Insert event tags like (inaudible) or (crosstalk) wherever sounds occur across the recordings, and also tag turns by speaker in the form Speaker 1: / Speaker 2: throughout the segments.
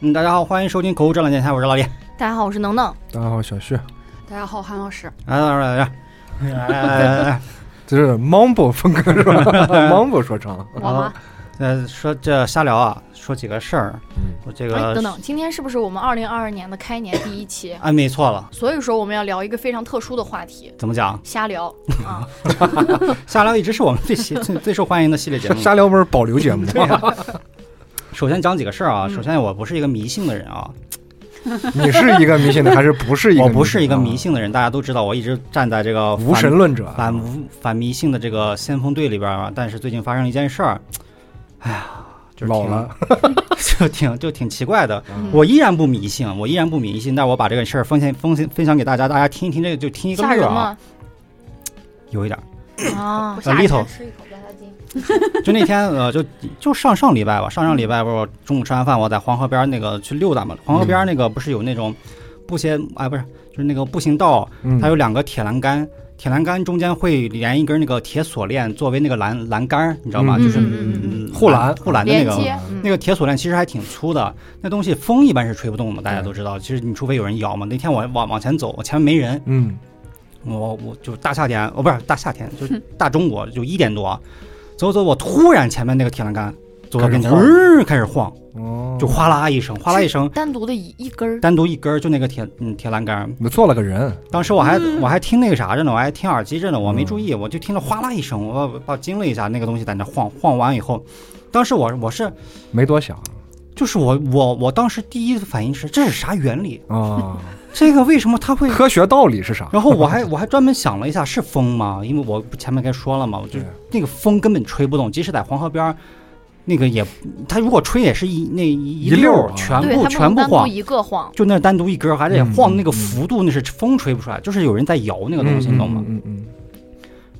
Speaker 1: 嗯，大家好，欢迎收听口误专栏电台，我是老李。
Speaker 2: 大家好，我是能能。
Speaker 3: 大家好，啊小旭，
Speaker 4: 大家好，韩老师，
Speaker 1: 来来来来来来来来，
Speaker 3: 这是 Mambo 风
Speaker 1: (laughs)
Speaker 3: 格是吧？Mambo 说唱，
Speaker 4: 我
Speaker 1: 好
Speaker 4: 吗？
Speaker 1: 呃，说这瞎聊啊，说几个事儿。我这
Speaker 2: 哎，
Speaker 1: 个？
Speaker 2: 等等，今天是不是我们二零二二年的开年第一期
Speaker 1: 啊，没错了，
Speaker 2: 所以说我们要聊一个非常特殊的话题，
Speaker 1: 怎么讲？
Speaker 2: 瞎
Speaker 1: (laughs)
Speaker 2: 聊啊！
Speaker 1: 瞎聊一直是我们最喜最最受欢迎的系列节目。
Speaker 3: 沙聊不是保留节目吗？
Speaker 1: 首先讲几个事儿啊，
Speaker 2: 嗯
Speaker 1: 首先我不是一个迷信的人啊，
Speaker 3: 你是一个迷信的还是不是一个？
Speaker 1: 我不是一个迷，信的人，大家都知道，我一直站在这个
Speaker 3: 无
Speaker 1: 反
Speaker 3: 神论者。
Speaker 1: 反无反迷信的这个先锋队里边儿啊，但是最近发生了一件事儿，哎呀，就是
Speaker 3: 老
Speaker 1: 挺
Speaker 3: 了，
Speaker 1: 就挺就挺奇怪的。
Speaker 2: 嗯
Speaker 1: 我依然不迷信，我依然不迷信，但我把这个事儿分享分享分享给大家，大家听一听这个就听一个
Speaker 2: 吓
Speaker 1: 乐
Speaker 2: 人
Speaker 1: 儿啊，
Speaker 2: 吗？
Speaker 1: 有一点儿。 (laughs)
Speaker 2: 啊
Speaker 4: 不，
Speaker 1: 呃
Speaker 4: 下
Speaker 1: 里头
Speaker 4: 去吃一口压压惊。
Speaker 1: 就那天呃，就就上上礼
Speaker 2: (laughs)
Speaker 1: 拜吧，上上礼拜不是我中午吃完饭，我在黄河边儿那个去溜达嘛，黄河边儿那个不是有那种步行哎不是就是那个步行道，
Speaker 3: 嗯
Speaker 1: 它，有两个铁栏杆，铁栏杆中间会连一根那个铁锁链作为那个栏栏杆儿，你知道吗？
Speaker 3: 嗯
Speaker 1: 就是
Speaker 2: 嗯嗯嗯
Speaker 1: 嗯
Speaker 3: 护栏
Speaker 1: 护栏的那
Speaker 2: 连
Speaker 1: 个
Speaker 2: 接
Speaker 1: 那
Speaker 2: 嗯
Speaker 1: 个铁锁链其实还挺粗的，那东西风一般是吹不动的，大家都知道。其实你除非有人摇嘛。那天我往往前走，我前面没人，
Speaker 3: 嗯，
Speaker 1: 我我就大夏天，哦不是大夏天，就是大中午就一点多，走走我突然前面那个铁栏杆走到跟前，
Speaker 3: 开始
Speaker 1: 嗯开始晃，
Speaker 3: 哦，
Speaker 1: 就哗啦一声，哗啦一声，
Speaker 2: 单独的一一根儿，
Speaker 1: 单独一根儿就那个铁嗯铁栏杆。
Speaker 3: 你做了个人，
Speaker 1: 当时我还我还听那个啥着呢，我还听耳机着呢，
Speaker 3: 嗯
Speaker 1: 我没注意，我就听到哗啦一声，我把把我惊了一下，那个东西在那晃晃完以后，当时我我是
Speaker 3: 没多想
Speaker 1: 就是我我我当时第一反应是这是啥原理？
Speaker 3: 啊。
Speaker 1: 这个为什么它
Speaker 3: (laughs)
Speaker 1: 会？
Speaker 3: 科学道理是啥？
Speaker 1: 然后我还我还专门想了一下，是风吗？因为我不前面该说了嘛，我就
Speaker 3: 对
Speaker 1: 那个风根本吹不动，即使在黄河边儿，那个也，它如果吹也是一那一
Speaker 3: 一
Speaker 1: 溜
Speaker 3: 溜
Speaker 1: 儿
Speaker 3: 儿啊
Speaker 1: 全
Speaker 2: 对，
Speaker 1: 部
Speaker 2: 它不
Speaker 1: 全
Speaker 2: 能
Speaker 1: 部
Speaker 2: 单独
Speaker 1: 晃，
Speaker 2: 一个晃。
Speaker 1: 就那单独一根儿，而且
Speaker 3: 嗯
Speaker 1: 晃那个
Speaker 3: 嗯嗯
Speaker 1: 幅度那是风吹不出来，就是有人在摇那个东西，你懂吗？
Speaker 3: 嗯嗯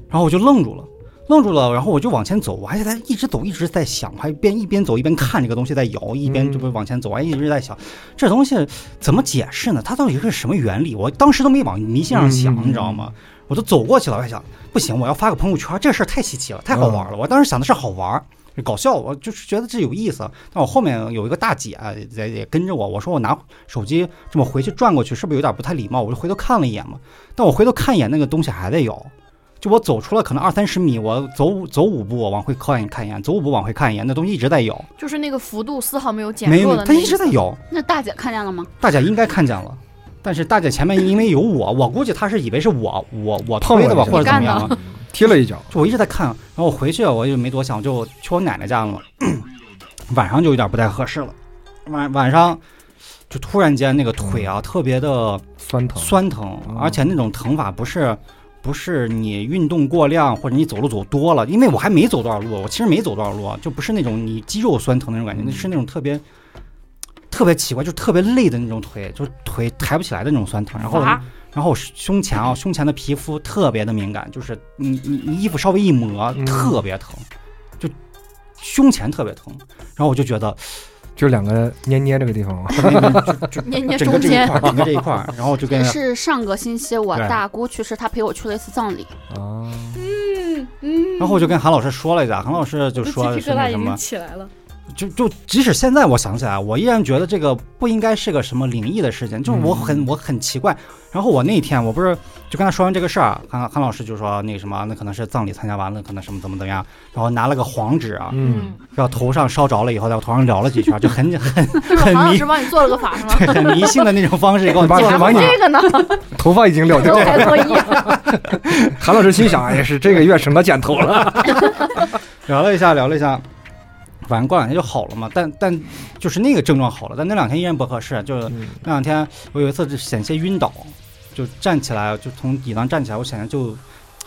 Speaker 1: 然后我就愣住了，愣住了，然后我就往前走，我还在一直走，一直在想，还边一边走一边看这个东西在摇，一边
Speaker 3: 嗯
Speaker 1: 就不是往前走，我还一直在想这东西怎么解释呢？它到底是个什么原理？我当时都没往迷信上想，
Speaker 3: 嗯
Speaker 1: 你知道吗？我都走过去了，我还想不行，我要发个朋友圈，这事儿太稀奇了，太好玩了。我当时想的是好玩儿。搞笑，我就是觉得这有意思。但我后面有一个大姐啊也也跟着我，我说我拿手机这么回去转过去，是不是有点不太礼貌？我就回头看了一眼嘛。但我回头看一眼，那个东西还在摇。就我走出了可能二三十米，我走五走五步，我往回看一看一眼，走五步往回看一眼，那东西一直在摇，
Speaker 2: 就是那个幅度丝毫没有减
Speaker 1: 没
Speaker 2: 弱
Speaker 1: 有，
Speaker 2: 的
Speaker 1: 它
Speaker 2: 那
Speaker 1: 一
Speaker 2: 一
Speaker 1: 直在摇。
Speaker 4: 那大姐看见了吗？
Speaker 1: 大家应该看见了，但是大姐前面因为有我，我估计她是以为是我我我推的吧，
Speaker 3: 碰
Speaker 1: 或
Speaker 3: 了
Speaker 1: 者
Speaker 3: 一下
Speaker 1: 怎么样啊？
Speaker 3: 嗯，踢了一脚，
Speaker 1: 就我一直在看，然后我回去我就没多想，就去我奶奶家了嘛。晚上就有点不太合适了，晚晚上就突然间那个腿啊特别的
Speaker 3: 酸疼，
Speaker 1: 酸疼，
Speaker 3: 哦
Speaker 1: 而且那种疼法不是不是你运动过量或者你走路走多了，因为我还没走多少路，我其实没走多少路，啊就不是那种你肌肉酸疼那种感觉，
Speaker 3: 嗯
Speaker 1: 那是那种特别特别奇怪，就特别累的那种腿，就是腿抬不起来的那种酸疼。然后
Speaker 2: 滑
Speaker 1: 然后胸前啊，胸前的皮肤特别的敏感，就是你你你衣服稍微一磨，
Speaker 3: 嗯
Speaker 1: 特别疼，就胸前特别疼。然后我就觉得
Speaker 3: 就两个捏捏这个地方啊，
Speaker 2: 捏捏
Speaker 1: 整个这
Speaker 2: 中
Speaker 1: 一
Speaker 2: 间
Speaker 1: 块儿，整个这一块儿，然后就跟
Speaker 4: 也是上个星期我
Speaker 1: 对
Speaker 4: 大姑去世，她陪我去了一次葬礼。
Speaker 3: 啊
Speaker 1: 然后我就跟韩老师说了一下，韩老师就说是那什么，
Speaker 5: 起来了。
Speaker 1: 就就即使现在我想起来，我依然觉得这个不应该是个什么灵异的事情，就是我很我很奇怪。然后我那天我不是就跟他说完这个事儿，啊韩韩老师就说那个什么，那可能是葬礼参加完了，可能什么怎么怎么样，然后拿了个黄纸啊，
Speaker 3: 嗯，
Speaker 1: (laughs) 然后头上烧着了以后，在我头上燎了
Speaker 3: (laughs)
Speaker 1: 几圈，就很很
Speaker 2: 就是
Speaker 1: 很
Speaker 2: 韩老
Speaker 1: 迷
Speaker 2: 师帮你做了个法是
Speaker 1: (laughs)
Speaker 2: 吗？
Speaker 1: 很迷信的那种方式给我做
Speaker 3: 把
Speaker 1: 了
Speaker 3: 把
Speaker 1: 个
Speaker 3: 你
Speaker 2: 这个呢，
Speaker 3: 头发已经撂
Speaker 2: 都
Speaker 3: 掉了。
Speaker 2: 还可以。
Speaker 3: 韩老师心想，哎，是这个月省得剪头了。
Speaker 1: 聊了一下，聊了一下，反正过两天就好了嘛。但但就是那个症状好了，但那两天依然不合适。就是
Speaker 3: 嗯
Speaker 1: 那两天我有一次就险些晕倒，就站起来就从椅子上站起来，我显然就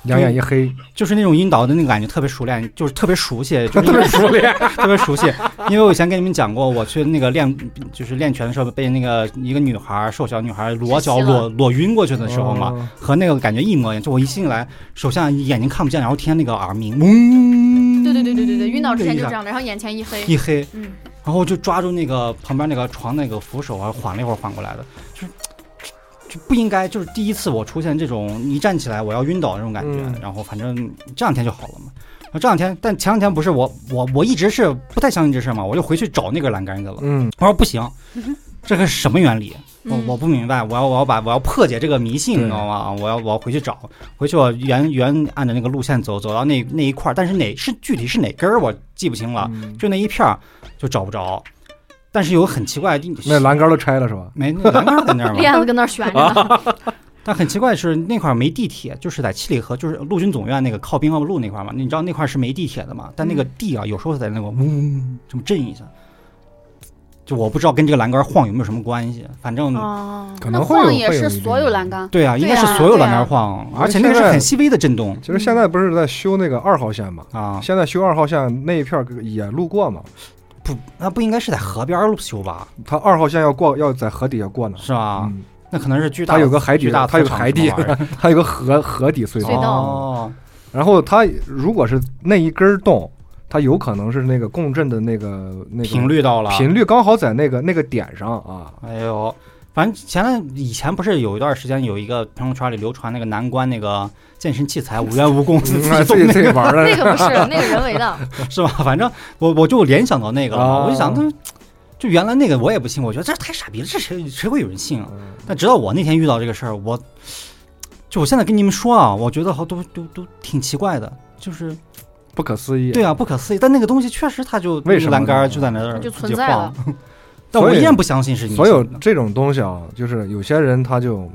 Speaker 3: 两眼一黑，
Speaker 1: 就是那种晕倒的那个感觉特别熟练，就是特别熟悉，
Speaker 3: (laughs)
Speaker 1: 就是
Speaker 3: 特别熟练。
Speaker 1: (laughs) 特别熟悉。因为我以前跟你们讲过，我去那个练就是练拳的时候，被那个一个女孩儿瘦小女孩儿裸脚
Speaker 2: 窒息了
Speaker 1: 裸裸晕过去的时候嘛，
Speaker 3: 哦，
Speaker 1: 和那个感觉一模一样。就我一进来，首先眼睛看不见，然后听见那个耳鸣，嗡，
Speaker 2: 对对对对对对，晕倒之前
Speaker 1: 一
Speaker 2: 就
Speaker 1: 下
Speaker 2: 这样的，然后眼前一黑。
Speaker 1: 一黑，
Speaker 2: 嗯
Speaker 1: 然后就抓住那个旁边那个床那个扶手啊，缓了一会儿缓过来的，就是就不应该，就是第一次我出现这种一站起来我要晕倒那种感觉，
Speaker 3: 嗯
Speaker 1: 然后反正这两天就好了嘛。啊这两天，但前两天不是我我我一直是不太相信这事儿嘛，我就回去找那个栏杆去了。
Speaker 3: 嗯，
Speaker 1: 我说不
Speaker 2: (laughs)
Speaker 1: 行，这个是什么原理？我
Speaker 2: 嗯
Speaker 1: 哦我不明白，我要我要把我要破解这个迷信，你
Speaker 3: 对
Speaker 1: 知道吗？我要我要回去找，回去我原原按照那个路线走，走到那那一块儿，但是哪是具体是哪根儿我记不清了，啊
Speaker 3: 嗯
Speaker 1: 就那一片儿就找不着。但是有很奇怪，
Speaker 3: 那栏杆都拆了是吧？
Speaker 1: 没那栏杆儿在那儿
Speaker 4: (laughs)
Speaker 1: 嘛，
Speaker 2: 链子跟那儿悬着呢，
Speaker 1: 但很奇怪的是那块儿没地铁，就是在七里河，就是陆军总院那个靠滨河路那块儿嘛。你知道那块儿是没地铁的嘛？但那个地啊，有时候在那个
Speaker 4: 嗯
Speaker 1: 嗡这么震一下，就我不知道跟这个栏杆儿晃有没有什么关系，反正
Speaker 2: 哦，
Speaker 3: 可
Speaker 4: 那
Speaker 3: 能会有
Speaker 4: 晃也
Speaker 3: 会有
Speaker 4: 是
Speaker 3: 一定
Speaker 4: 所有栏杆，
Speaker 1: 对啊，应该是
Speaker 2: 对啊
Speaker 1: 所有栏杆儿晃，
Speaker 3: 对啊
Speaker 1: 而且那个是很细微的震动
Speaker 3: 就是现在不是在修那个二号线嘛？
Speaker 1: 啊，
Speaker 3: 现在修二号线那一片儿也路过嘛？
Speaker 1: 不，那不应该是在河边儿修吧？
Speaker 3: 它二号线要过，要在河底下过呢。
Speaker 1: 是吧？
Speaker 3: 嗯，
Speaker 1: 那可能是巨大，
Speaker 3: 它有个海底
Speaker 1: 巨大，
Speaker 3: 它有个海底嗯它有个河河底隧
Speaker 2: 隧
Speaker 3: 道，
Speaker 2: 道
Speaker 1: 啊哦，
Speaker 3: 然后它如果是那一根儿洞，它有可能是那个共振的那个那个
Speaker 1: 频率到了，
Speaker 3: 频率刚好在那个那个点上
Speaker 1: (laughs)
Speaker 3: 啊。
Speaker 1: 哎呦，反正前段以前不是有一段时间有一个朋友圈里流传那个南关那个健身器
Speaker 3: (laughs)
Speaker 1: 材无缘无故自己
Speaker 3: 嗯自
Speaker 1: 动
Speaker 3: 己
Speaker 1: 那
Speaker 3: 自己玩
Speaker 2: 那
Speaker 3: 的，
Speaker 2: 个不是那个人为的，
Speaker 1: 是吧？反正我我就联想到那个了嘛，
Speaker 3: 哦
Speaker 1: 我就想，那就原来那个我也不信，我觉得这太傻逼了，这谁谁会有人信啊？
Speaker 3: 嗯
Speaker 1: 但直到我那天遇到这个事儿，我就我现在跟你们说啊，我觉得好都都都挺奇怪的，就是
Speaker 3: 不可思议。
Speaker 1: 对啊，不可思议。但那个东西确实，它就
Speaker 3: 为什么呢
Speaker 1: 栏杆儿就在那儿
Speaker 2: 就存
Speaker 1: 自己
Speaker 2: 在
Speaker 1: 晃
Speaker 2: 了。
Speaker 1: (laughs) 但我
Speaker 3: 所以
Speaker 1: 依然不相信是你
Speaker 3: 所有
Speaker 1: 信的
Speaker 3: 这种东西啊，就是有些人他就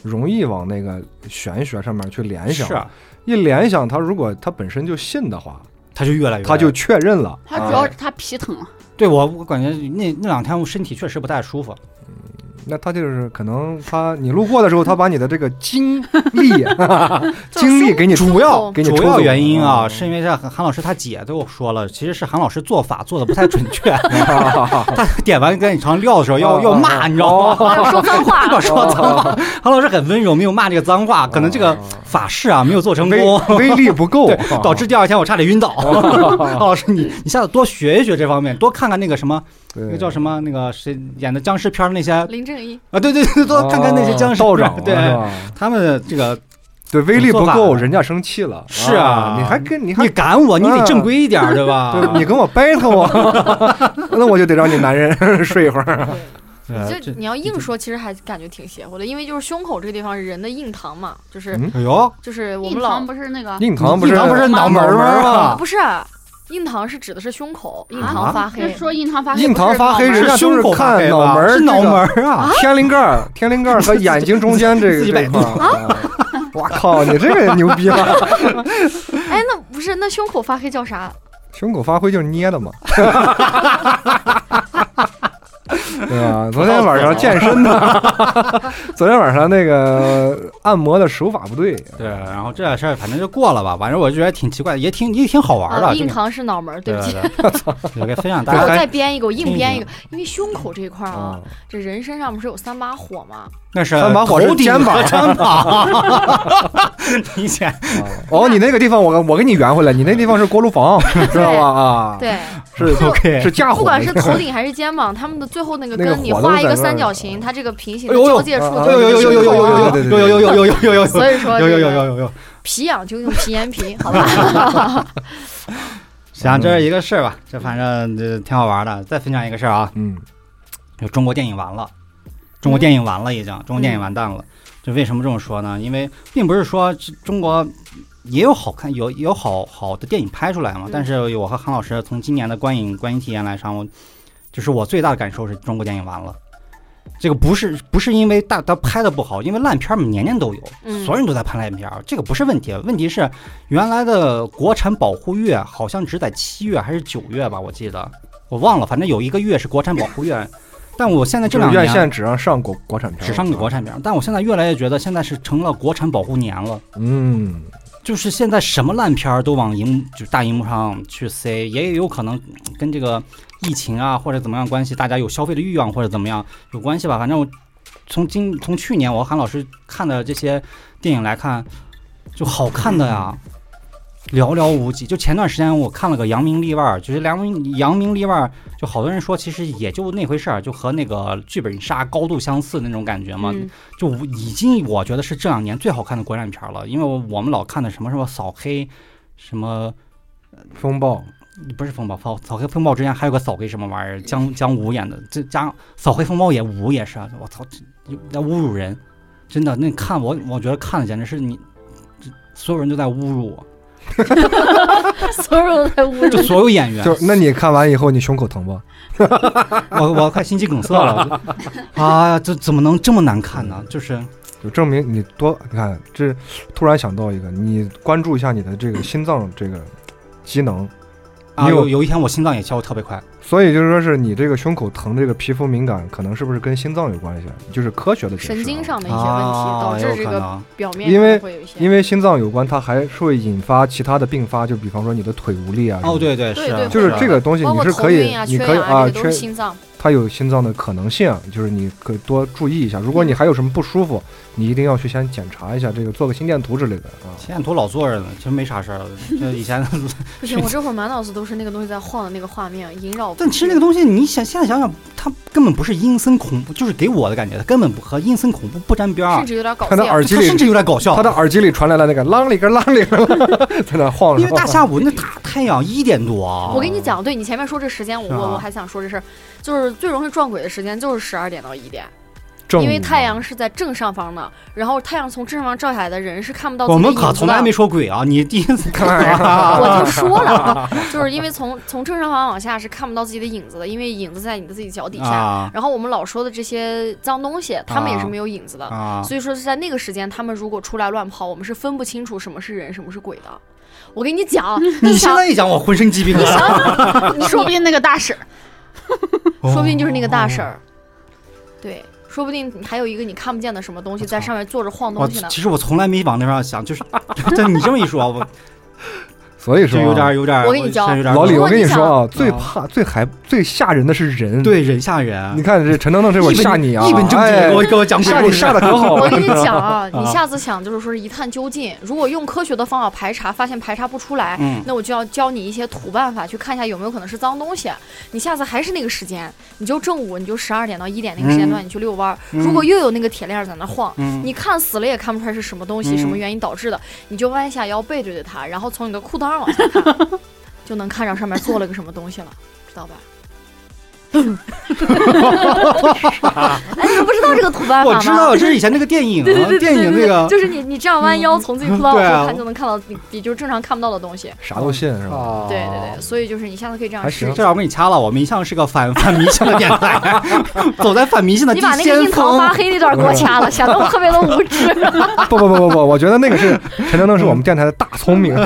Speaker 3: 容易往那个玄学上面去联想，
Speaker 1: 是啊，
Speaker 3: 一联想，他如果他本身就信的话，
Speaker 1: 它就越来越
Speaker 3: 他就确认了。
Speaker 4: 他主要
Speaker 3: 啊
Speaker 4: 是他皮疼了，
Speaker 1: 对我我感觉那那两天我身体确实不太舒服，
Speaker 3: 那他就是可能他你路过的时候，他把你的这个精力
Speaker 4: (laughs)
Speaker 3: 精力给你
Speaker 1: 主要
Speaker 3: 给你抽
Speaker 1: 主
Speaker 3: 走
Speaker 1: 要原因啊，
Speaker 3: 了嗯
Speaker 1: 是因为这韩老师他姐对我说了，其实是韩老师做法做的不太准
Speaker 3: (laughs)
Speaker 1: 确， (laughs) 他点完跟你尝料的时候要
Speaker 3: 哦
Speaker 1: 要骂，你知 (laughs) 道吗？
Speaker 2: 还有说脏话，
Speaker 1: 要说脏话，韩老师很温柔，没有骂这个脏话，可能这个法事啊没有做成
Speaker 3: 威
Speaker 1: 功，
Speaker 3: 威力不够
Speaker 1: (laughs)
Speaker 3: 啊
Speaker 1: 对，导致第二天我差点晕倒。
Speaker 3: 哦
Speaker 1: 韩 (laughs) 老师，你你下次多学一学这方面，多看看那个什么，那
Speaker 3: 那
Speaker 1: 个叫什么，那个谁演的僵尸片儿那些
Speaker 2: 林正英
Speaker 1: 啊，对对对，多看看那些僵尸
Speaker 3: 道
Speaker 1: 片儿
Speaker 3: 长啊
Speaker 1: (laughs) 对
Speaker 3: 是吧？
Speaker 1: 他们的这个
Speaker 3: 对，威力
Speaker 1: 做
Speaker 3: 不
Speaker 1: 法
Speaker 3: 够，
Speaker 1: 了
Speaker 3: 人家生气了。
Speaker 1: 是啊
Speaker 3: 你还跟你还嗯
Speaker 1: 你赶我，你得正规一点儿，对吧？
Speaker 3: (laughs) 对你跟我 battle 我， (laughs) 那我就得让你男人 (laughs) 睡一会儿。
Speaker 1: 呃
Speaker 2: 就
Speaker 1: 这
Speaker 2: 你要硬说，其实还感觉挺邪乎的，因为就是胸口这个地方是人的硬膛嘛，就是
Speaker 3: 嗯
Speaker 1: 哎呦，
Speaker 2: 就是我
Speaker 4: 印
Speaker 2: 们
Speaker 4: 堂
Speaker 2: 老
Speaker 4: 不是那个
Speaker 3: 硬糖不是
Speaker 1: 硬糖不是脑门儿吗？
Speaker 2: 不是硬膛是指的是胸口，硬
Speaker 3: 啊
Speaker 2: 膛发
Speaker 4: 就
Speaker 2: 黑
Speaker 4: 是，说印堂发黑，
Speaker 3: 硬
Speaker 4: 不
Speaker 3: 糖
Speaker 4: 是
Speaker 3: 发黑，
Speaker 4: 脑
Speaker 3: 人
Speaker 4: 门儿
Speaker 3: 家都
Speaker 1: 胸口发
Speaker 3: 看
Speaker 1: 黑吧
Speaker 3: 脑门儿，
Speaker 1: 是脑门儿啊，
Speaker 3: 天灵盖儿，天灵盖儿和眼睛中间这
Speaker 1: 自
Speaker 3: 个
Speaker 1: 己百
Speaker 3: 这
Speaker 1: 度
Speaker 3: 块儿。啊我靠，你这个牛逼了！
Speaker 2: 哎，那不是那胸口发黑叫啥？
Speaker 3: 胸口发灰就是捏的嘛。 (laughs) 对吧？昨天晚上健身的， (laughs) 昨天晚上那个按摩的手法不对，
Speaker 1: 对，然后这事儿反正就过了吧，反正我就觉得挺奇怪，也挺也挺好玩儿
Speaker 2: 啊，
Speaker 1: 的。
Speaker 2: 硬
Speaker 1: 这个
Speaker 2: 膛是脑门儿，对不起。
Speaker 1: 对对，给分享大
Speaker 2: 然后
Speaker 1: 家。
Speaker 3: (laughs)
Speaker 2: 再编一个，我硬编一
Speaker 1: 听一
Speaker 2: 个，因为胸口这一块儿啊，这人身上不是有三把火吗？
Speaker 1: 那是
Speaker 3: 三把火是
Speaker 1: 头顶
Speaker 3: 肩膀
Speaker 1: 和肩膀， (laughs) 明显
Speaker 3: 哦，你那个地方我我给你圆回来，你那地方是锅炉房，知道吧？啊，，
Speaker 2: 对，
Speaker 3: 是
Speaker 1: (laughs)
Speaker 2: 就
Speaker 1: OK
Speaker 3: 是。架火，
Speaker 2: 不管是头顶还是肩膀，他们的最后那个
Speaker 3: 那个
Speaker 2: 根，你
Speaker 3: 火都
Speaker 2: 画一
Speaker 3: 在
Speaker 2: 个
Speaker 3: 那
Speaker 2: 三
Speaker 3: 儿
Speaker 2: 角形，它这个平行
Speaker 1: 哎
Speaker 2: 的
Speaker 1: 呦
Speaker 2: 交界处
Speaker 3: 啊
Speaker 2: 就是
Speaker 1: 呦呦呦呦呦呦
Speaker 2: 胸口啊
Speaker 1: 呦呦呦呦呦呦呦
Speaker 3: (laughs)
Speaker 1: 呦呦
Speaker 2: 所以说，
Speaker 1: 呦呦呦，呦呦！
Speaker 2: 皮痒就用皮炎皮，好吧？
Speaker 3: (laughs)
Speaker 1: 行，这是一个事儿吧，这反正这挺好玩的。再分享一个事儿啊，
Speaker 3: 嗯，
Speaker 1: 就中国电影完了，中国电影完了已经，中国电影完蛋了。就为什么这么说呢？因为并不是说这中国也有好看，有有好好的电影拍出来嘛。
Speaker 2: 嗯
Speaker 1: 但是我和韩老师从今年的观影观影体验来上，我就是我最大的感受是中国电影完了。这个不是不是因为大他拍的不好，因为烂片儿年年都有，
Speaker 2: 嗯
Speaker 1: 所有人都在拍烂片儿，这个不是问题。问题是原来的国产保护月好像只在七月还是九月吧，我记得我忘了，反正有一个月是国产保护月。但我现在这
Speaker 3: 就是
Speaker 1: 两
Speaker 3: 院
Speaker 1: 年
Speaker 3: 线只让上国国产片，
Speaker 1: 只上个国，产片儿，但我现在越来越觉得现在是成了国产保护年了。
Speaker 3: 嗯，
Speaker 1: 就是现在什么烂片儿都往荧就是大荧幕上去塞，也有可能嗯跟这个疫情啊或者怎么样关系，大家有消费的欲望或者怎么样有关系吧。反正我从今从去年我和韩老师看的这些电影来看，就好看的呀。寥寥无几，就前段时间我看了个《扬名立万》，就是《扬名扬名立万》，就好多人说其实也就那回事儿，就和那个剧本杀高度相似那种感觉嘛。
Speaker 2: 嗯
Speaker 1: 就我已经我觉得是这两年最好看的国产片儿了，因为我我们老看的什么什么扫黑，什么
Speaker 3: 风暴，
Speaker 1: 不是风暴，扫扫黑风暴之前还有个扫黑什么玩意儿，姜姜武演的，这加扫黑风暴也武也是啊，我操，这要侮辱人，真的，那看我我觉得看的简直是你，这所有人都在侮辱我，
Speaker 4: 所有人在屋
Speaker 1: 就所有演员，
Speaker 3: 就是那你看完以后你胸口疼不？
Speaker 1: 我我快心肌梗塞
Speaker 3: (laughs)
Speaker 1: 了，我啊呀，这怎么能这么难看呢？就是
Speaker 3: 就证明你多你看这，突然想到一个，你关注一下你的这个心脏这个机能，
Speaker 1: 啊，
Speaker 3: 你有
Speaker 1: 有有一天我心脏也跳得特别快，
Speaker 3: 所以就是说是你这个胸口疼这个皮肤敏感，可能是不是跟心脏有关系？就是科学的解释啊
Speaker 2: 神经上的一些问题，
Speaker 1: 啊，有
Speaker 2: 导致这
Speaker 1: 可
Speaker 2: 个
Speaker 1: 能
Speaker 2: 表面
Speaker 3: 因为
Speaker 2: 会有一些。
Speaker 3: 因为心脏有关，它还是会引发其他的并发，就比方说你的腿无力啊。
Speaker 1: 哦，，对对
Speaker 2: 对
Speaker 1: 是啊，
Speaker 2: 对
Speaker 3: 就是这个东西
Speaker 2: 包
Speaker 3: 你
Speaker 2: 括
Speaker 3: 是
Speaker 2: 头
Speaker 3: 可以
Speaker 2: 晕啊、，
Speaker 3: 你
Speaker 2: 缺
Speaker 3: 可以
Speaker 2: 氧
Speaker 3: 啊，
Speaker 2: 这个都
Speaker 3: 缺
Speaker 2: 是心脏。
Speaker 3: 它有心脏的可能性，就是你可以多注意一下。如果你还有什么不舒服，你一定要去先检查一下，这个做个心电图之类的啊。
Speaker 1: 前眼图老坐着呢，其实没啥事儿，就以前
Speaker 2: 不行，我这会儿满脑子都是那个东西在晃的那个画面，萦绕不去。
Speaker 1: 但其实
Speaker 3: 啊
Speaker 1: 那个东西，你想现在想想，它根本不是阴森恐怖，就是给我的感觉，它根本不和阴森恐怖不沾边儿
Speaker 2: 甚，至有点搞
Speaker 3: 看他
Speaker 2: 笑。
Speaker 3: 耳机
Speaker 1: 它
Speaker 3: 里，
Speaker 1: 甚至有点搞笑
Speaker 3: 他。的耳机里传来了那个啷里个啷里个啷，在那晃着。
Speaker 1: 因为大下午那大太阳一点多啊，
Speaker 2: 我跟你讲，对你前面说这时间，我
Speaker 3: 啊
Speaker 1: 是吧
Speaker 2: 我我还想说这事儿，就是最容易撞鬼的时间就是十二点到一点，
Speaker 3: 正
Speaker 2: 因为
Speaker 3: 午
Speaker 2: 太
Speaker 3: (laughs)
Speaker 2: 阳是在正上方的，然后太阳从正上方照下来的人是看不到自
Speaker 1: 我
Speaker 2: 己的
Speaker 1: 们
Speaker 2: 影子的。
Speaker 1: 可从来没说鬼啊，你第一次看
Speaker 3: 啊
Speaker 2: 我
Speaker 1: 啊
Speaker 2: 就说了，啊
Speaker 1: (laughs)
Speaker 2: 就是因为从从正上方往下是看不到自己的影子的，因为影子在你的自己脚底下。
Speaker 1: 啊
Speaker 2: 然后我们老说的这些脏东西，他们也是
Speaker 1: 啊
Speaker 2: 没有影子的。
Speaker 1: 啊，
Speaker 2: 所以说是在那个时间，他们如果出来乱跑，我们是分不清楚什么是人，什么是鬼的。我跟你
Speaker 4: (laughs)
Speaker 2: 讲，
Speaker 1: 你现
Speaker 2: 想
Speaker 1: 在一讲我浑身鸡皮疙瘩，
Speaker 4: 你说不定那个大婶儿，
Speaker 2: (laughs) 说不定就是那个大婶
Speaker 1: 哦
Speaker 2: 儿，对，说不定还有一个你看不见的什么东西
Speaker 1: 我操
Speaker 2: 在上面坐着晃
Speaker 1: 我
Speaker 2: 东西呢。
Speaker 1: 其实我从来没往那上想，就是但你这么一说，我
Speaker 3: 所以说
Speaker 1: 就
Speaker 3: 啊
Speaker 1: 有点有点，
Speaker 2: 我跟你讲
Speaker 1: 现在有点
Speaker 3: 老李，
Speaker 2: 如
Speaker 3: 我
Speaker 2: 果
Speaker 3: 跟
Speaker 2: 你
Speaker 3: 你说啊，最
Speaker 1: 啊
Speaker 3: 怕、最害、最吓人的是人。，
Speaker 1: 对人吓
Speaker 3: 你
Speaker 1: 人，
Speaker 3: 看这陈腾腾这会儿
Speaker 1: 一本
Speaker 3: 吓你啊，
Speaker 1: 一本正经地
Speaker 3: 哎
Speaker 1: 给我给我讲鬼
Speaker 3: 吓你
Speaker 1: 故事
Speaker 3: 吓得
Speaker 1: (laughs)
Speaker 3: 可好
Speaker 2: 我
Speaker 3: 了。
Speaker 2: 跟你讲啊，你
Speaker 1: 啊
Speaker 2: 下次想就是说是一探究竟，如果用科学的方法排查，发现排查不出来，
Speaker 1: 嗯，
Speaker 2: 那我就要教你一些土办法，去看一下有没有可能是脏东西。你下次还是那个时间，你就正午，你就十二点到一点那个时间段，你去遛弯儿。
Speaker 1: 嗯
Speaker 2: 如果又有那个铁链儿在那晃，
Speaker 1: 嗯
Speaker 2: 你看死了也看不出来是什么东西、
Speaker 1: 嗯
Speaker 2: 什么原因导致的，你就弯下腰背对着它，然后从你的裤裆往下
Speaker 1: (laughs)
Speaker 2: 看，就能看着上面坐了个什么东西了，知道吧？ (laughs) 哎，你们不知道这个土办法
Speaker 1: 我
Speaker 2: 吗？
Speaker 1: 知道，这是以前那个电影啊
Speaker 2: 对对对，
Speaker 1: 电影那个
Speaker 2: 就是你你这样弯腰从自己裤裆往
Speaker 1: 对啊
Speaker 2: 后看，就能看到你你就是正常看不到的东西。
Speaker 3: 啥都信是吧？
Speaker 1: 啊
Speaker 2: 对对对，所以就是你下次可以这样
Speaker 3: 还
Speaker 2: 试
Speaker 3: 行
Speaker 2: 一
Speaker 1: 这要被你掐了，我们一向是个反反迷信的电台， (laughs) 走在反迷信的
Speaker 2: 下。你把那个
Speaker 1: 先
Speaker 2: 印堂发
Speaker 1: 锋。
Speaker 2: 黑那段给我掐了， (laughs) 显得我特别的无知。
Speaker 3: 不不不不不，我觉得那
Speaker 1: (laughs)
Speaker 3: 个是陈腾腾是我们电台的大聪明。
Speaker 1: (laughs)